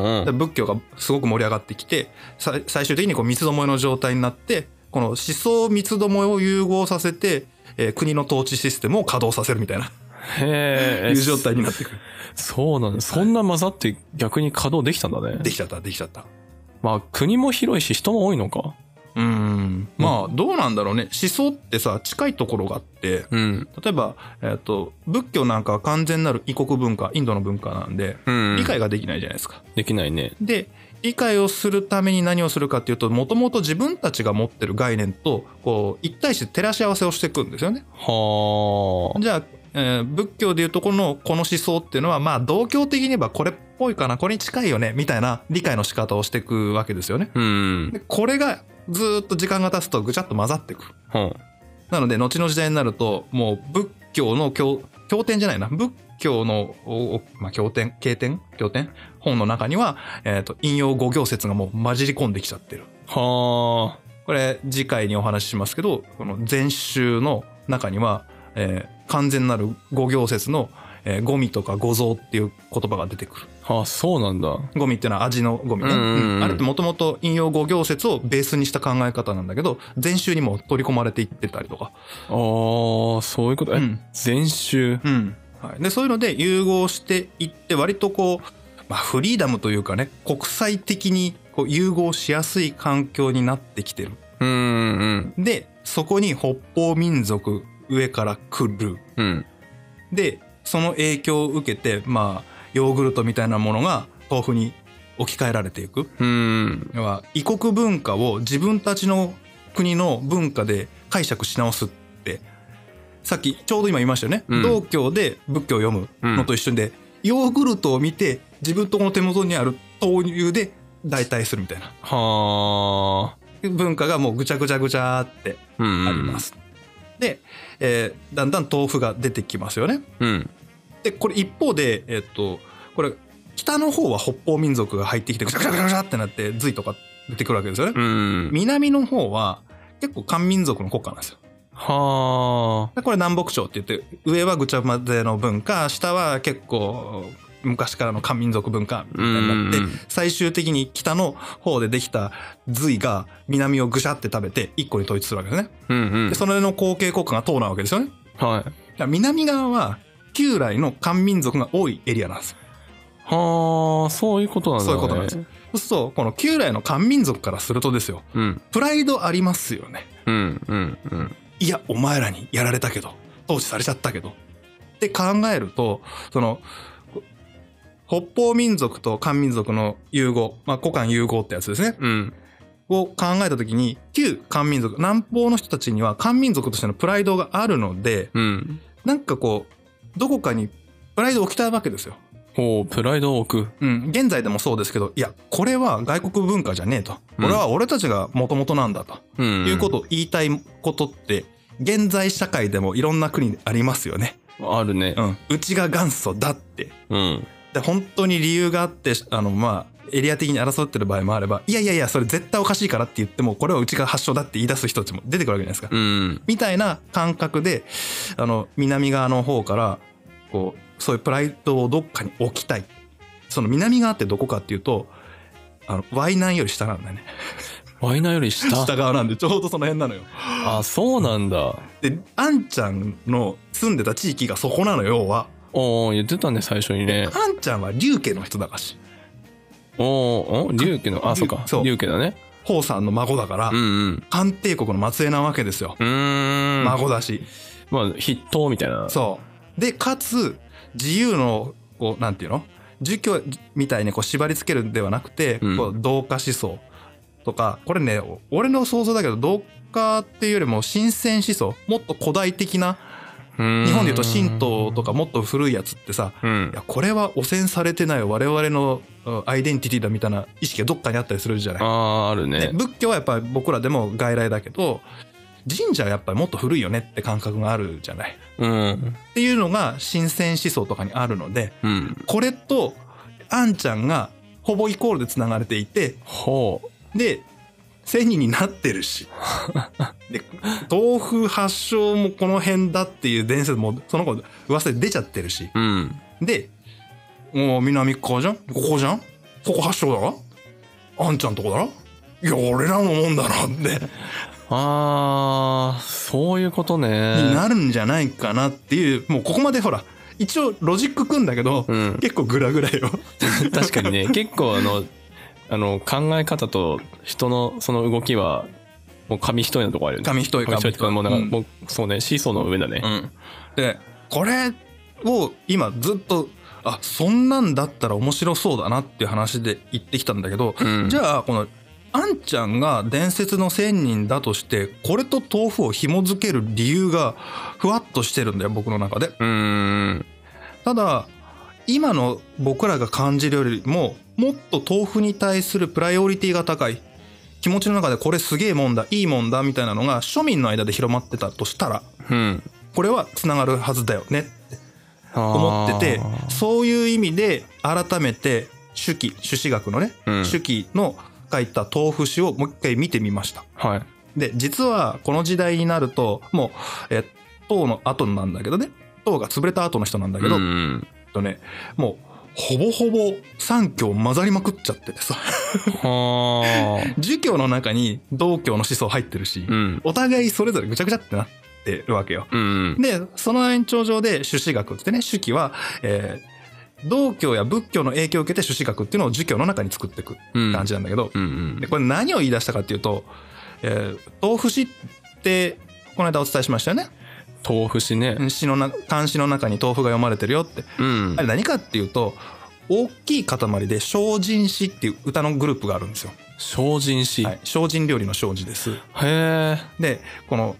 B: うんう
C: で
B: ん。
C: 仏教がすごく盛り上がってきてさ最終的にこう三つどもえの状態になってこの思想三つどもえを融合させて、えー国の統治システムを稼働させるみたいな、
B: へえ。
C: いう状態になってくる
B: そうなんだ。そんな混ざって逆に稼働できたんだね。
C: できちゃったできちゃった
B: まあ国も広いし人も多いのか。
C: うんまあどうなんだろうね思想ってさ近いところがあって
B: うん。
C: 例えば、えー、と仏教なんかは完全なる異国文化インドの文化なんで
B: うん。
C: 理解ができないじゃないですか、
B: できないね。
C: で理解をするために何をするかっていうともともと自分たちが持ってる概念とこう一対して照らし合わせをしていくんですよね。
B: はあ。
C: じゃあ、えー仏教でいうとこのこの思想っていうのはまあ同教的に言えばこれっぽいかなこれに近いよねみたいな理解の仕方をしていくわけですよね。
B: うん。
C: でこれがずーっと時間が経つとぐちゃっと混ざっていく。
B: うん。
C: なので後の時代になるともう仏教の経経典じゃないな仏教の、おおまあ、経典経典経典本の中には、えー、と引用五行説がもう混じり込んできちゃってる
B: はあ。
C: これ次回にお話ししますけどこの禅宗の中には、えー完全なる五行説の、えーゴミとか五臓っていう言葉が出てくる。
B: あ、そうなんだ。
C: ゴミっていうのは味のゴミね。
B: うんうんうん
C: うんあれってもともと引用語行説をベースにした考え方なんだけど、全集にも取り込まれていってたりとか。
B: ああ、そういうこと。え
C: うん、
B: 全集。
C: うんはい、でそういうので融合していって割とこう、まあ、フリーダムというかね国際的にこう融合しやすい環境になってきてる
B: うん、うん、
C: でそこに北方民族上から来る
B: うん。
C: でその影響を受けてまあヨーグルトみたいなものが豆腐に置き換えられていく
B: うん。
C: 要は異国文化を自分たちの国の文化で解釈し直すってさっきちょうど今言いましたよね、
B: うん
C: 道教で仏教を読むのと一緒で、ヨーグルトを見て自分とこの手元にある豆乳で代替するみたいな
B: はあ。
C: 文化がもうぐちゃぐちゃぐちゃって
B: うん。
C: ありま。す、で、えーだんだん豆腐が出てきますよね
B: うん。
C: でこれ一方でえっとこれ北の方は北方民族が入ってきてぐちゃぐちゃぐちゃぐちゃってなって隋とか出てくるわけですよね、
B: うん。
C: 南の方は結構漢民族の国家なんですよ。
B: は
C: でこれ南北朝って言って上はぐちゃ混ぜの文化下は結構昔からの漢民族文化みたいになって、
B: うんうん
C: 最終的に北の方でできた隋が南をぐしゃって食べて一個に統一するわけですね。
B: あ。うん、うん
C: で。そのの後継国家が唐なわけですよね。だか
B: はい。
C: ら南側は旧来の漢民族が多いエリアなんですよ。
B: はあ、そういうことなんだ、ね。
C: そういうことなんですよ。そうするとこの旧来の漢民族からするとですよ
B: うん。
C: プライドありますよね。
B: うん、うん、うん。
C: いや、お前らにやられたけど、統治されちゃったけど。って考えると、その、北方民族と漢民族の融合、まあ、古漢融合ってやつですね。
B: うん。
C: を考えたときに、旧漢民族、南方の人たちには漢民族としてのプライドがあるので、
B: うん。
C: なんかこう、どこかにプライドを置きたいわけですよ。
B: ほう、プライドを置く。
C: うん、現在でもそうですけど、いや、これは外国文化じゃねえと。
B: うん
C: 俺は俺たちが元々なんだと。
B: うん。
C: いうことを言いたいことって、現在社会でもいろんな国でありますよね。
B: と。あるね
C: う。ん。うちが元祖だって。
B: うん。
C: で、本当に理由があって、あの、まあ、エリア的に争ってる場合もあれば、いやいやいや、それ絶対おかしいからって言っても、これはうちが発祥だって言い出す人たちも出てくるわけじゃないですか。
B: うん。
C: みたいな感覚で、あの、南側の方から、こう、そういうプライドをどっかに置きたい。その南側ってどこかっていうと、あの、Y9 より下なんだよね。
B: ワイナより下。
C: 下側なんで、ちょうどその辺なのよ。
B: あ、そうなんだ。
C: で、あんちゃんの住んでた地域がそこなのよ、要は。
B: おお言ってたね、最初にね。
C: あんちゃんは龍家の人だからし、
B: おーお龍家の、あ、そうか
C: そ。う
B: 龍家だね。
C: ホウさんの孫だから
B: うん、うん。
C: 漢帝国の末裔なわけですよ。
B: うーん。ま
C: 孫だし。
B: あ、筆頭みたいな。
C: そう。で、かつ、自由の、こう、なんていうの儒教みたいにこう縛り付けるんではなくて、
B: うん
C: こう同化思想とか、これね、お俺の想像だけど、同化っていうよりも新鮮思想、もっと古代的な、
B: うん
C: 日本でいうと神道とかもっと古いやつってさ、
B: うん
C: い。やこれは汚染されてない我々のうんアイデンティティだみたいな意識がどっかにあったりするじゃない。
B: あー、ある
C: で
B: ね。
C: 仏教はやっぱり僕らでも外来だけど神社はやっぱりもっと古いよねって感覚があるじゃない。
B: うん。
C: っていうのが神仙思想とかにあるので
B: うん。
C: これとあんちゃんがほぼイコールでつながれていて
B: ほう。
C: で千人になってるしで豆腐発祥もこの辺だっていう伝説もその子噂で出ちゃってるし。
B: うん。
C: で、もう南側じゃんここじゃんここ発祥だろあんちゃんとこだろいや、俺らのもんだろって、
B: あー、そういうことね。
C: になるんじゃないかなっていう、もうここまでほら、一応ロジック組んだけど、
B: うん。
C: 結構グラグラよ。
B: 確かにね結構あのあの考え方と人のその動きはもう紙一重なとこあるよね
C: 紙一重
B: 紙一重っていうかもうなんか、
C: うん
B: もうそうねシーソーの上だね
C: うんで、これを今ずっと、あ、そんなんだったら面白そうだなっていう話で言ってきたんだけど、
B: うん
C: じゃあ、この、あんちゃんが伝説の仙人だとして、これと豆腐を紐づける理由がふわっとしてるんだよ、僕の中で。
B: うーん
C: ただ、今の僕らが感じるよりも、もっと豆腐に対するプライオリティが高い。気持ちの中でこれすげえもんだ、いいもんだ、みたいなのが庶民の間で広まってたとしたら、
B: うん
C: これは繋がるはずだよねって思ってて
B: あー、
C: そういう意味で改めて、主記、朱子学のね、
B: うん
C: 手記の書いた豆腐詩をもう一回見てみました。
B: はい
C: で、実はこの時代になると、もう、えっと、唐の後なんだけどね、党が潰れた後の人なんだけ
B: うん
C: ど、
B: う
C: え
B: ん。
C: っとね、もう、ほぼほぼ三教混ざりまくっちゃっててさ、
B: はあ。
C: 儒教の中に道教の思想入ってるし、
B: うん。
C: お互いそれぞれぐちゃぐちゃってなってるわけよ。
B: うん。
C: で、その延長上で朱子学ってね、朱子は、えー道教や仏教の影響を受けて朱子学っていうのを儒教の中に作っていくって
B: うん。
C: 感じなんだけど、
B: うん
C: でこれ何を言い出したかっていうと、えー豆腐詩って、この間お伝えしましたよね。
B: うん。豆腐しね。
C: 詩のな、漢詩の中に豆腐が読まれてるよって。
B: うん
C: あ。れ何かっていうと、大きい塊で精進詩っていう歌のグループがあるんですよ。
B: 精進し。
C: はい、精進料理の精進です。
B: へえ。
C: で、この、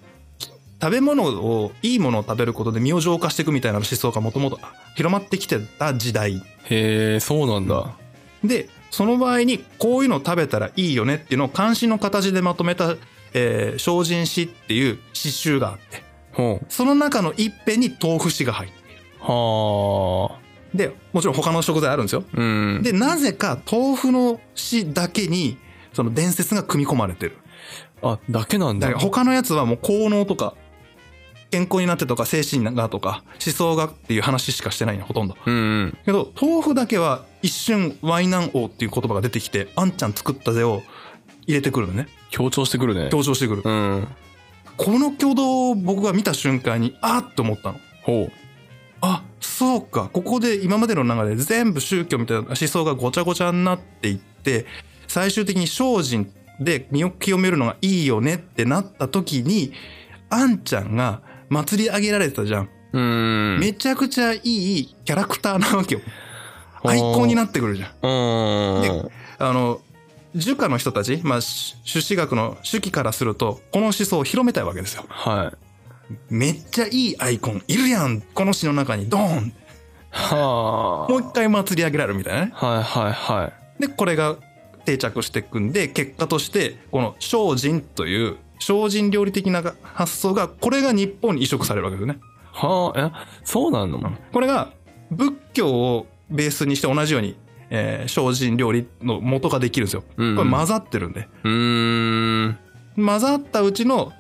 C: 食べ物を、いいものを食べることで身を浄化していくみたいな思想がもともと広まってきてた時代。
B: へえ、そうなんだ。
C: で、その場合にこういうの食べたらいいよねっていうのを関心の形でまとめた、えー精進詩っていう詩集があって、
B: ほう。
C: その中の一辺に豆腐詩が入っている。
B: は
C: で、もちろん他の食材あるんですよ。
B: あ。うん。
C: で、なぜか豆腐の詩だけに、その伝説が組み込まれてる。
B: あ、だけなん
C: だ
B: だ。
C: から他のやつはもう効能とか、健康になってとか精神がとか思想がっていう話しかしてないのほとんど。
B: うんうん。
C: けど、豆腐だけは一瞬ワイナン王っていう言葉が出てきて、あんちゃん作ったぜを入れてくるのね。
B: 強調してくるね。
C: 強調してくる。
B: うん。
C: この挙動を僕が見た瞬間に、あーって思ったの。
B: ほ
C: あ、そうか。ここで今までの流れで全部宗教みたいな思想がごちゃごちゃになっていって、最終的に精進で身を清めるのがいいよねってなった時に、あんちゃんが祭り上げられてたじゃん。
B: う。うん。
C: めちゃくちゃいいキャラクターなわけよ。アイコンになってくるじゃん。
B: うん
C: で。あの、儒家の人たち、まあ、朱朱子学の主義からすると、この思想を広めたいわけですよ。
B: はい。
C: めっちゃいいアイコンいるやんこの詩の中にドーン
B: はあ。
C: もう一回祭り上げられるみたいなね。
B: はいはいはい。
C: でこれが定着していくんで結果としてこの精進という精進料理的な発想がこれが日本に移植されるわけですね。
B: はあ、え、そうなの
C: これが仏教をベースにして同じように、えー精進料理の元ができるんですよ。こ
B: うんうん
C: れ混ざってるんで。
B: うーん。
C: 混ざったうちの、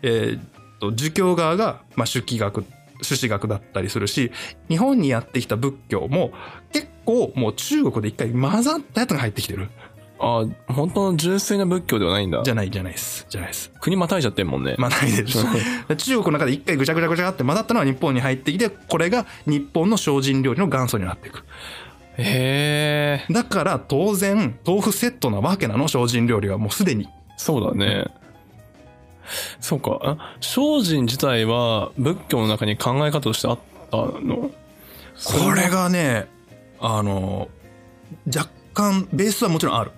C: えーっと儒教側が、まあ、主義学朱子学だったりするし日本にやってきた仏教も結構もう中国で一回混ざったやつが入ってきてる
B: あ、本当の純粋な仏教ではないんだ
C: じ。ゃないじゃないですじゃないです
B: 国またいじゃってんもんね。
C: まあないです中国の中で一回ぐちゃぐちゃぐちゃって混ざったのは日本に入ってきてこれが日本の精進料理の元祖になっていく
B: へえ、
C: だから当然豆腐セットなわけなの精進料理はもうすでに
B: そうだね。そうか。あ精進自体は仏教の中に考え方としてあったの
C: これがねあの若干ベースはもちろんある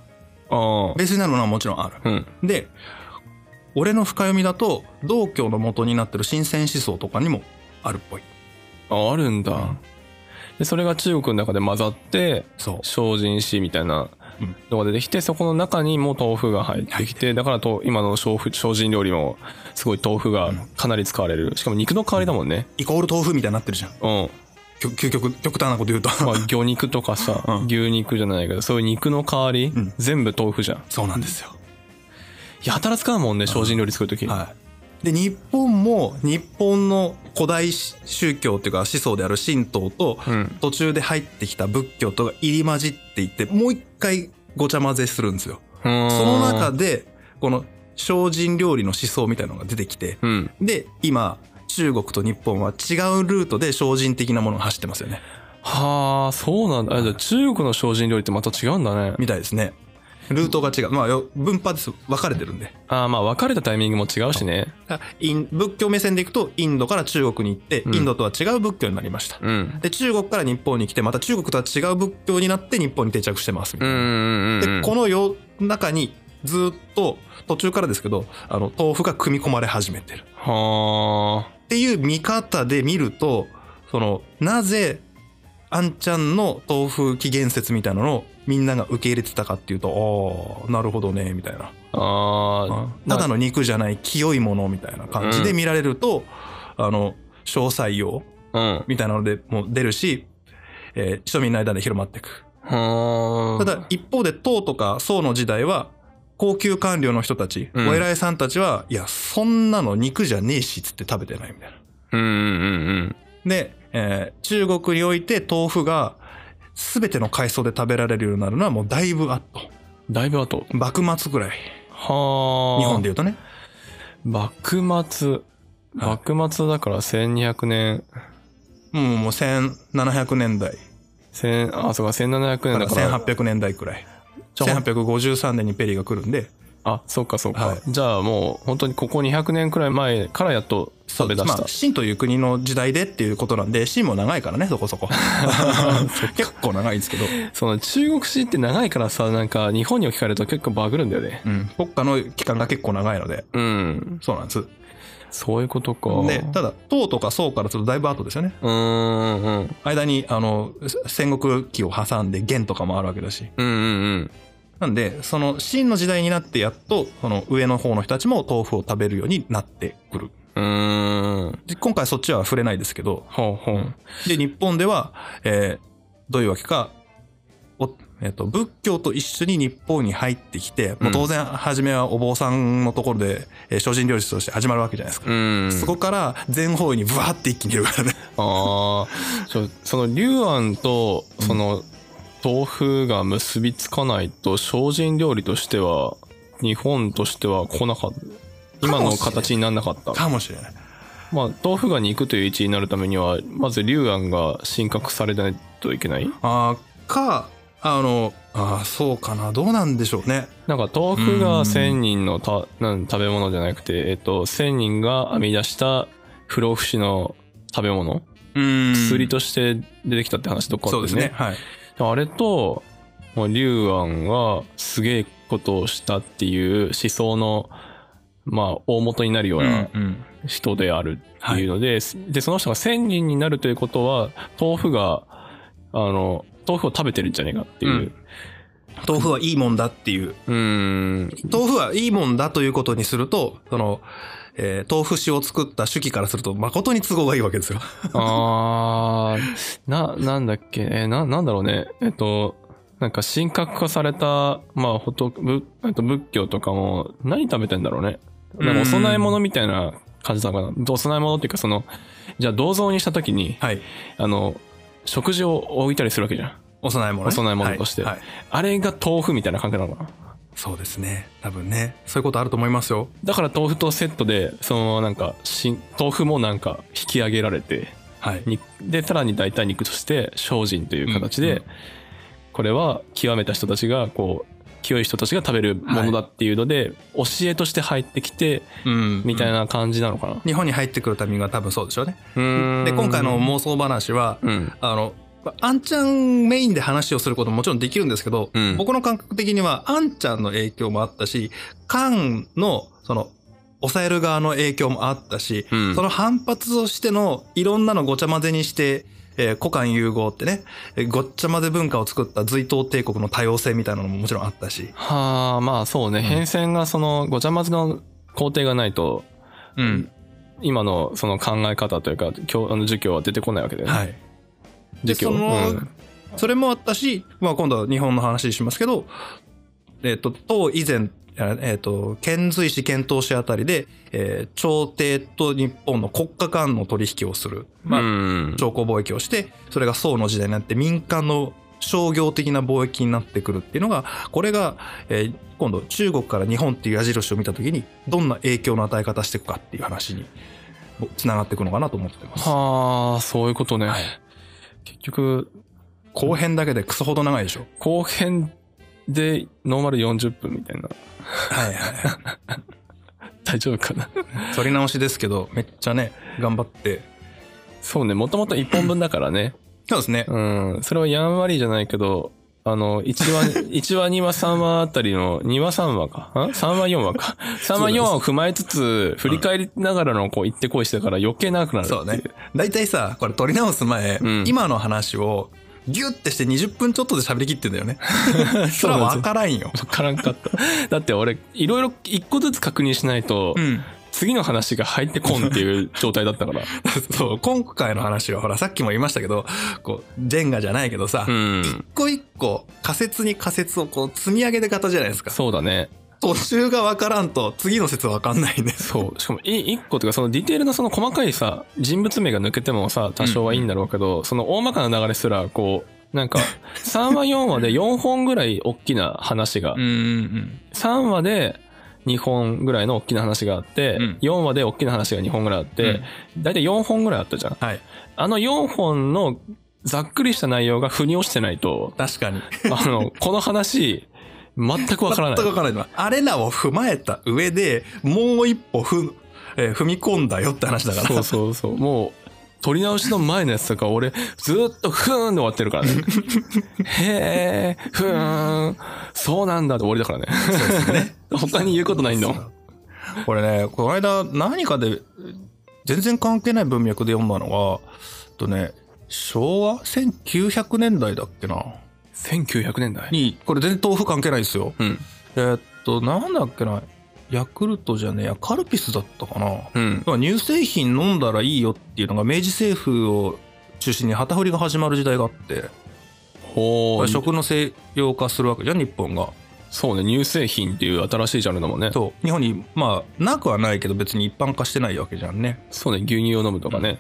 B: あ
C: ベースになるのはもちろんある
B: あ。うん。
C: で俺の深読みだと道教の元になってる神仙思想とかにもあるっぽい
B: あ、あるんだ。で、それが中国の中で混ざって、
C: そう
B: 精進しみたいな
C: うん
B: のが出てきて、そこの中にも豆腐が入ってきて、だからと今の精腐精進料理もすごい豆腐がかなり使われるしかも肉の代わりだもんね
C: イコール豆腐みたいになってるじゃん
B: うん
C: きょ究極極端なこと言うと
B: まあ魚肉とかさ、
C: うん
B: 牛肉じゃないけどそういう肉の代わり、
C: うん
B: 全部豆腐じゃん
C: そうなんですよ
B: やたら使うもんね精進料理作る時、
C: はいで日本も日本の古代宗教っていうか思想である神道と
B: うん
C: 途中で入ってきた仏教とが入り混じっていてもう一回ごちゃ混ぜするんですよ
B: そ
C: その中でこの精進料理の思想みたいなのが出てきて
B: うん
C: で今中国と日本は違うルートで精進的なものが走ってますよね
B: はあそうなんだあじゃあ中国の精進料理ってまた違うんだね
C: みたいですねルートが違うまあよ分派です分かれてるんで
B: ああまあ別れたタイミングも違うしね
C: だからイン仏教目線でいくとインドから中国に行って
B: ん
C: インドとは違う仏教になりました、
B: うん
C: で中国から日本に来てまた中国とは違う仏教になって日本に定着してますみ
B: う
C: た
B: ん
C: いな
B: うんうんうん
C: でこの世の中にずっと途中からですけどあの豆腐が組み込まれ始めてる
B: は
C: っていう見方で見るとそのなぜあんちゃんの豆腐起源説みたいなのをみんなが受け入れてたかっていうとああなるほどねみたいな
B: あああ
C: ただの肉じゃない清いものみたいな感じで見られると、あの詳細用
B: うん
C: みたいなのでもう出るし、えー庶民の間で広まっていく
B: はあ
C: ただ一方で唐とか宋の時代は高級官僚の人たち、
B: うん
C: お偉いさんたちはいやそんなの肉じゃねえしっつって食べてないみたいな
B: うんうんうんうん。
C: で、えー中国において豆腐が全ての海藻で食べられるようになるのはもうだいぶあと。
B: だいぶ後。
C: 幕末ぐらい。
B: はあ。
C: 日本で。言うとね。
B: 幕末。
C: は
B: 幕末だから1200年。
C: もうもう1700年代
B: 千あ、そうか、1700年
C: から
B: だから。
C: 1800年代くらい。
B: じゃあ
C: 1853年にペリーが来るんで、
B: あ、そうかそうか。
C: はい
B: じゃあもう、本当にここ200年くらい前からやっと食べ出
C: ま
B: し
C: あ
B: た、。
C: 秦という国の時代でっていうことなんで、秦も長いからね、そこそ こ。結構長いんですけど、
B: その中国史って長いからさ、なんか日本に置き換えると結構バグるんだよね。
C: うん、国家の期間が結構長いので、
B: うん。
C: そうなんです。
B: そういうことか。
C: で、ただ、唐とか宋からするとだいぶ後ですよね。
B: うーん、うん。
C: 間に、あの、戦国期を挟んで元とかもあるわけだし。
B: うんうん
C: なんで、その、秦の時代になってやっと、その上の方の人たちも豆腐を食べるようになってくる。
B: うん。うーん。
C: で今回そっちは触れないですけど、
B: ほうほう。
C: で、日本では、えーどういうわけか、おえっと、仏教と一緒に日本に入ってきて、もう当然、初めはお坊さんのところで、えー精進料理として始まるわけじゃないですか。
B: うん。
C: そこから全方位にブワーって一気に広がるね。
B: ああ、そうその、龍安と、その、豆腐が結びつかないと、精進料理としては、日本としては来なかった。今の形にならなかった。
C: かもしれない。
B: まあ、豆腐が肉という位置になるためには、まず龍安が神格されないといけない。
C: あーか、あの、あーそうかな。どうなんでしょうね。
B: なんか、豆腐
C: う
B: が
C: ん
B: 千人のたなん食べ物じゃなくて、えっと、千人が編み出した不老不死の食べ物、
C: うん
B: 薬として出てきたって話とかあって
C: そうですね。はい。
B: あれと、まあ、龍安がすげえことをしたっていう思想の、まあ、大元になるような
C: うん
B: 人であるっていうので、で、その人が1000人になるということは、豆腐が、あの、豆腐を食べてるんじゃねえかっていう。
C: 豆腐はいいもんだっていう。
B: うーん。
C: 豆腐はいいもんだということにすると、その、えー豆腐酒を作った手記からすると、誠に都合がいいわけですよ。
B: あー、な、なんだっけ、えーな、なんだろうね。えっと、なんか神格化された、まあ、ほと、ぶえっと仏教とかも、何食べてんだろうね。なんかお供え物みたいな感じなのかな。お供え物っていうか、その、じゃあ銅像にした時に、
C: はい。
B: あの、食事を置いたりするわけじゃん。
C: お供え物、ね。
B: お供え物として
C: はいはい
B: あれが豆腐みたいな感覚なのかな。
C: そうですね。多分ね。そういうことあると思いますよ。
B: だから豆腐とセットで、そのなんか、し豆腐もなんか引き上げられて、
C: はい。
B: にでさらに代替肉として精進という形で、
C: うんうん
B: これは極めた人たちがこう清い人たちが食べるものだっていうので、教えとして入ってきて
C: うん
B: みたい
C: な。
B: な感じなのかな、
C: 日本に入ってくるタイミングは多分そうでしょうね。
B: うん
C: で、今回の妄想話は、
B: うん
C: あの、まあんちゃんメインで話をすることももちろんできるんですけど、
B: うん
C: 僕の感覚的には、あんちゃんの影響もあったし、カンの、その、抑える側の影響もあったし、
B: うん
C: その反発をしての、いろんなのごちゃ混ぜにして、えー古漢融合ってね、えーごっちゃ混ぜ文化を作った隋東帝国の多様性みたいなのももちろんあったし、
B: はあまあそうね、変遷がそのごちゃまずの工程がないと
C: うん。
B: 今のその考え方というか教あの儒教は出てこないわけだよね、
C: はい。で、
B: 儒教
C: その、
B: うん
C: それもあったし、まあ今度は日本の話しますけど、えっ、と、唐以前、あえっ、と、遣隋使、遣唐使あたりで、えー朝廷と日本の国家間の取引をする。まあ、
B: うん
C: 朝貢貿易をして、それが宋の時代になって民間の商業的な貿易になってくるっていうのが、これが、えー今度中国から日本っていう矢印を見たときに、どんな影響の与え方していくかっていう話に、つながっていくのかなと思ってます。
B: はあそういうことね、結局
C: 後編だけでクソほど長いでしょ。
B: 後編でノーマル40分みたいな
C: はいはい。
B: 大丈夫かな
C: 撮り直しですけど、めっちゃね、頑張って。
B: そうね、もともと1本分だからね。
C: そうですね。
B: うん。それはやんわりじゃないけど、あの、1話、 一話、2話、3話あたりの、2話、3話か。ん ?3 話、4話か。3話、4話を踏 まえつつ、振り返りながらの、こう、行ってこいしてたから余計長くなるってい
C: そうね。大体さ、これ撮り直す前、
B: うん
C: 今の話を、ギュッてして20分ちょっとで喋りきってんだよ ね。それはわからんよ。
B: わからんかった。 だって俺、いろいろ一個ずつ確認しないと、
C: うん。
B: 次の話が入ってこんっていう状態だった から。
C: そう、今回の話は、ほら、さっきも言いましたけど、こう、ジェンガじゃないけどさ、
B: うん。
C: 一個一個仮説に仮説をこう積み上げて方じゃないですか。
B: そうだね。
C: 途中がわからんと、次の説わかんないね。
B: そう。しかも、い一個というか、そのディテールのその細かいさ、人物名が抜けてもさ、多少はいいんだろうけど、その大まかな流れすら、こう、なんか、3話4話で4本ぐらい大きな話が
C: うん、うん。
B: 3話で2本ぐらいの大きな話があって、
C: うん
B: 4話で大きな話が2本ぐらいあって、だいたい4本ぐらいあったじゃん。
C: はい。、
B: あの4本のざっくりした内容が腑に落ちてないと
C: 確かに。
B: あの、この話、全くわからない
C: 全。くわからない。あれらを踏まえた上で、もう一歩ふ、えー踏み込んだよって話だから。
B: そうそうそう。もう、撮り直しの前のやつとか、俺、ずーっと、ふーんで終わってる からね。へー、ふーん、そうなんだって終わりだからね。他に言うことないんだもん。
C: これね、この間何かで、全然関係ない文脈で読んだのが、えっとね、昭和 ?1900 年代だっけな
B: 1900年代。
C: に、これ全然豆腐関係ないですよ。
B: うん。
C: えーっと、なんだっけなヤクルトじゃねえや、カルピスだったかな
B: うん。
C: まあ乳製品飲んだらいいよっていうのが明治政府を中心に旗振りが始まる時代があって、
B: ほー
C: 食の西洋化するわけじゃん、日本が。
B: そうね、乳製品っていう新しいジャンルだもんね。そう
C: そう。日本に、まあ、なくはないけど別に一般化してないわけじゃんね。
B: ね、牛乳を飲むとかね。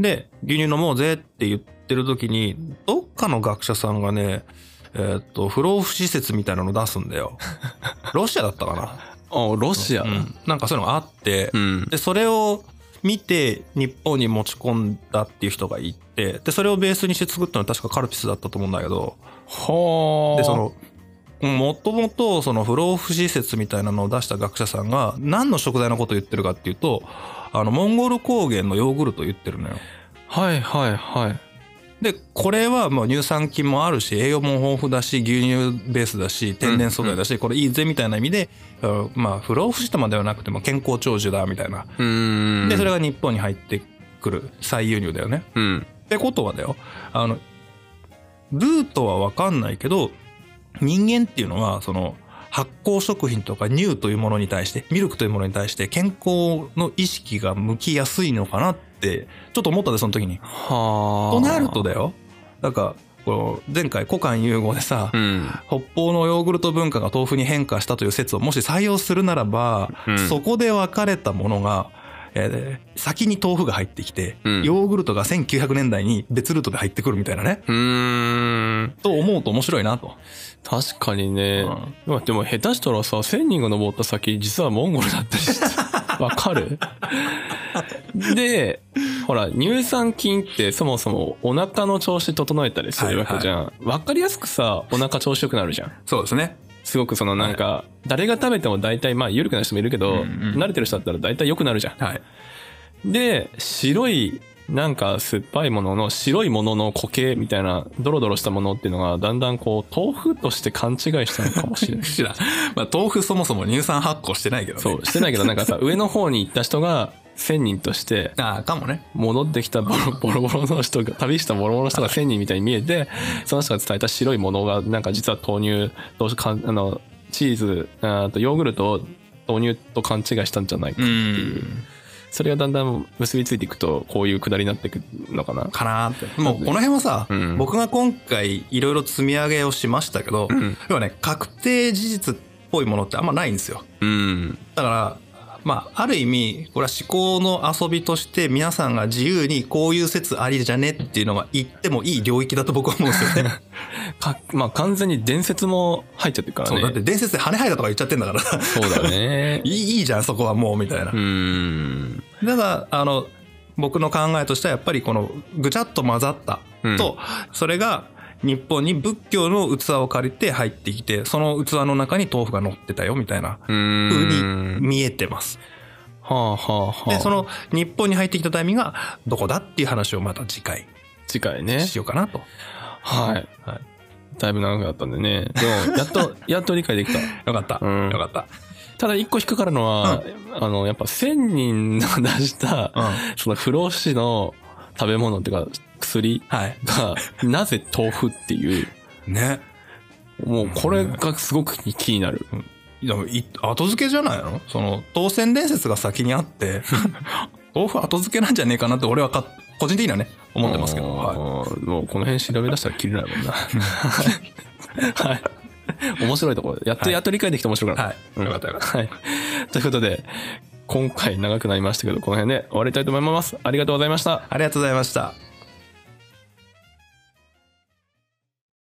C: で、牛乳飲もうぜって言ってる時に、どっかの学者さんがね、えーっと、不老不施設みたいなの出すん だよ。ロシアだったかな。
B: あ、ロシア。
C: うんなんかそういうのがあって、
B: うん。
C: で、それを見て日本に持ち込んだっていう人がいて、で、それをベースにして作ったのは確かカルピスだったと思うんだけど、
B: ほー
C: で、そ、の、もともとその不老不死説みたいなのを出した学者さんが何の食材のことを言ってるかっていうと、あの、モンゴル高原のヨーグルトを言ってるのよ。
B: はいはいはい。
C: で、これはもう乳酸菌もあるし、栄養も豊富だし、牛乳ベースだし、天然素材だし、これいいぜみたいな意味で、うんまあ、不老不死とまではなくても健康長寿だみたいな。
B: うーん。
C: で、それが日本に入ってくる再輸入だよね。
B: うん。
C: ってことはだよ、あの、ルートはわかんないけど、人間っていうのは、その、発酵食品とか乳というものに対して、ミルクというものに対して健康の意識が向きやすいのかなって、ちょっと思ったで、その時に。
B: はー
C: となると、だよ、なんか、こう前回古漢融合でさ、
B: うん。
C: 北方のヨーグルト文化が豆腐に変化したという説をもし採用するならば、
B: うん
C: そこで分かれたものが、えー先に豆腐が入ってきて、
B: うん
C: ヨーグルトが1900年代に別ルートで入ってくるみたいなね。
B: うーん。
C: と思うと面白いなと。
B: 確かにね。
C: うん
B: まあでも下手したらさ、1000人が登った先、実はモンゴルだったり して。わかるで、ほら、乳酸菌ってそもそもお腹の調子整えたりするわけじゃん。わ、かりやすくさ、お腹調子良くなるじゃん。
C: そうですね。
B: すごくそのなんか、誰が食べても大体、まあ緩くなる人もいるけど、
C: うんうん
B: 慣れてる人だったら大体良くなるじゃん。
C: はい。
B: で、白い、なんか酸っぱいものの白いものの固形みたいなドロドロしたものっていうのがだんだんこう豆腐として勘違いしたのかもし れない。
C: 知らん まあ、豆腐そもそも乳酸発酵してないけどね。
B: そう、してないけどなんかさ、上の方に行った人が1000人として
C: ああ、かもね。
B: 戻ってきたボロボロボロの人が、旅したボロボロの人が1000人みたいに見えて、その人が伝えた白いものがなんか実は豆乳、どうしかんあの、チーズ、あーとヨーグルトを豆乳と勘違いしたんじゃないか。
C: うん。
B: それがだんだん結びついていくと、こういうくだりになっていくのかな。
C: かなーって。もう、この辺はさ、
B: うん
C: 僕が今回いろいろ積み上げをしましたけど、
B: ん
C: 要はね、確定事実っぽいものってあんまないんですよ。
B: うん。
C: だから、まあ、ある意味、これは思考の遊びとして皆さんが自由にこういう説ありじゃねっていうのが言ってもいい領域だと僕は思うんで すよね。
B: か、まあ完全に伝説も入っちゃってるからね。
C: そう、だって伝説で羽生えたとか言っちゃってんだから、
B: そうだね
C: い。いいいじゃん、そこはもう、みたいな
B: う。ーん。
C: ただ、あの、僕の考えとしてはやっぱりこのぐちゃっと混ざった
B: うん
C: と、それが日本に仏教の器を借りて入ってきて、その器の中に豆腐が乗ってたよ、みたいな
B: う
C: 風
B: ーん。
C: に見えてます。
B: はあはあはあ。
C: で、その日本に入ってきたタイミングがどこだっていう話をまた次回
B: 次回ね。
C: しようかなと。
B: はい。
C: はい
B: だいぶ長かったんでね。でも、やっ と、やっと理解できた。
C: よかった。
B: うん
C: よかった。
B: ただ一個引っかかるのは、あの、やっぱ1000人の出した、その不老不死の食べ物っていうか、薬
C: はい。
B: が、なぜ豆腐っていう、
C: ね。
B: もうこれがすごく気になる。
C: でもい後付けじゃないのその、当選伝説が先にあ って、豆腐後付けなんじゃねえかなって俺はか、個人的にはね、思ってますけど。
B: あ
C: は
B: ーもうこの辺調べ出したら切れないもんな。はい。面白いところ。やっと、
C: はい
B: やっと理解できて面白くなっ
C: は
B: た。
C: い。よかったよかった。
B: た。はい。ということで、今回長くなりましたけど、この辺で終わりたいと思います。ありがとうございました。
C: ありがとうございました。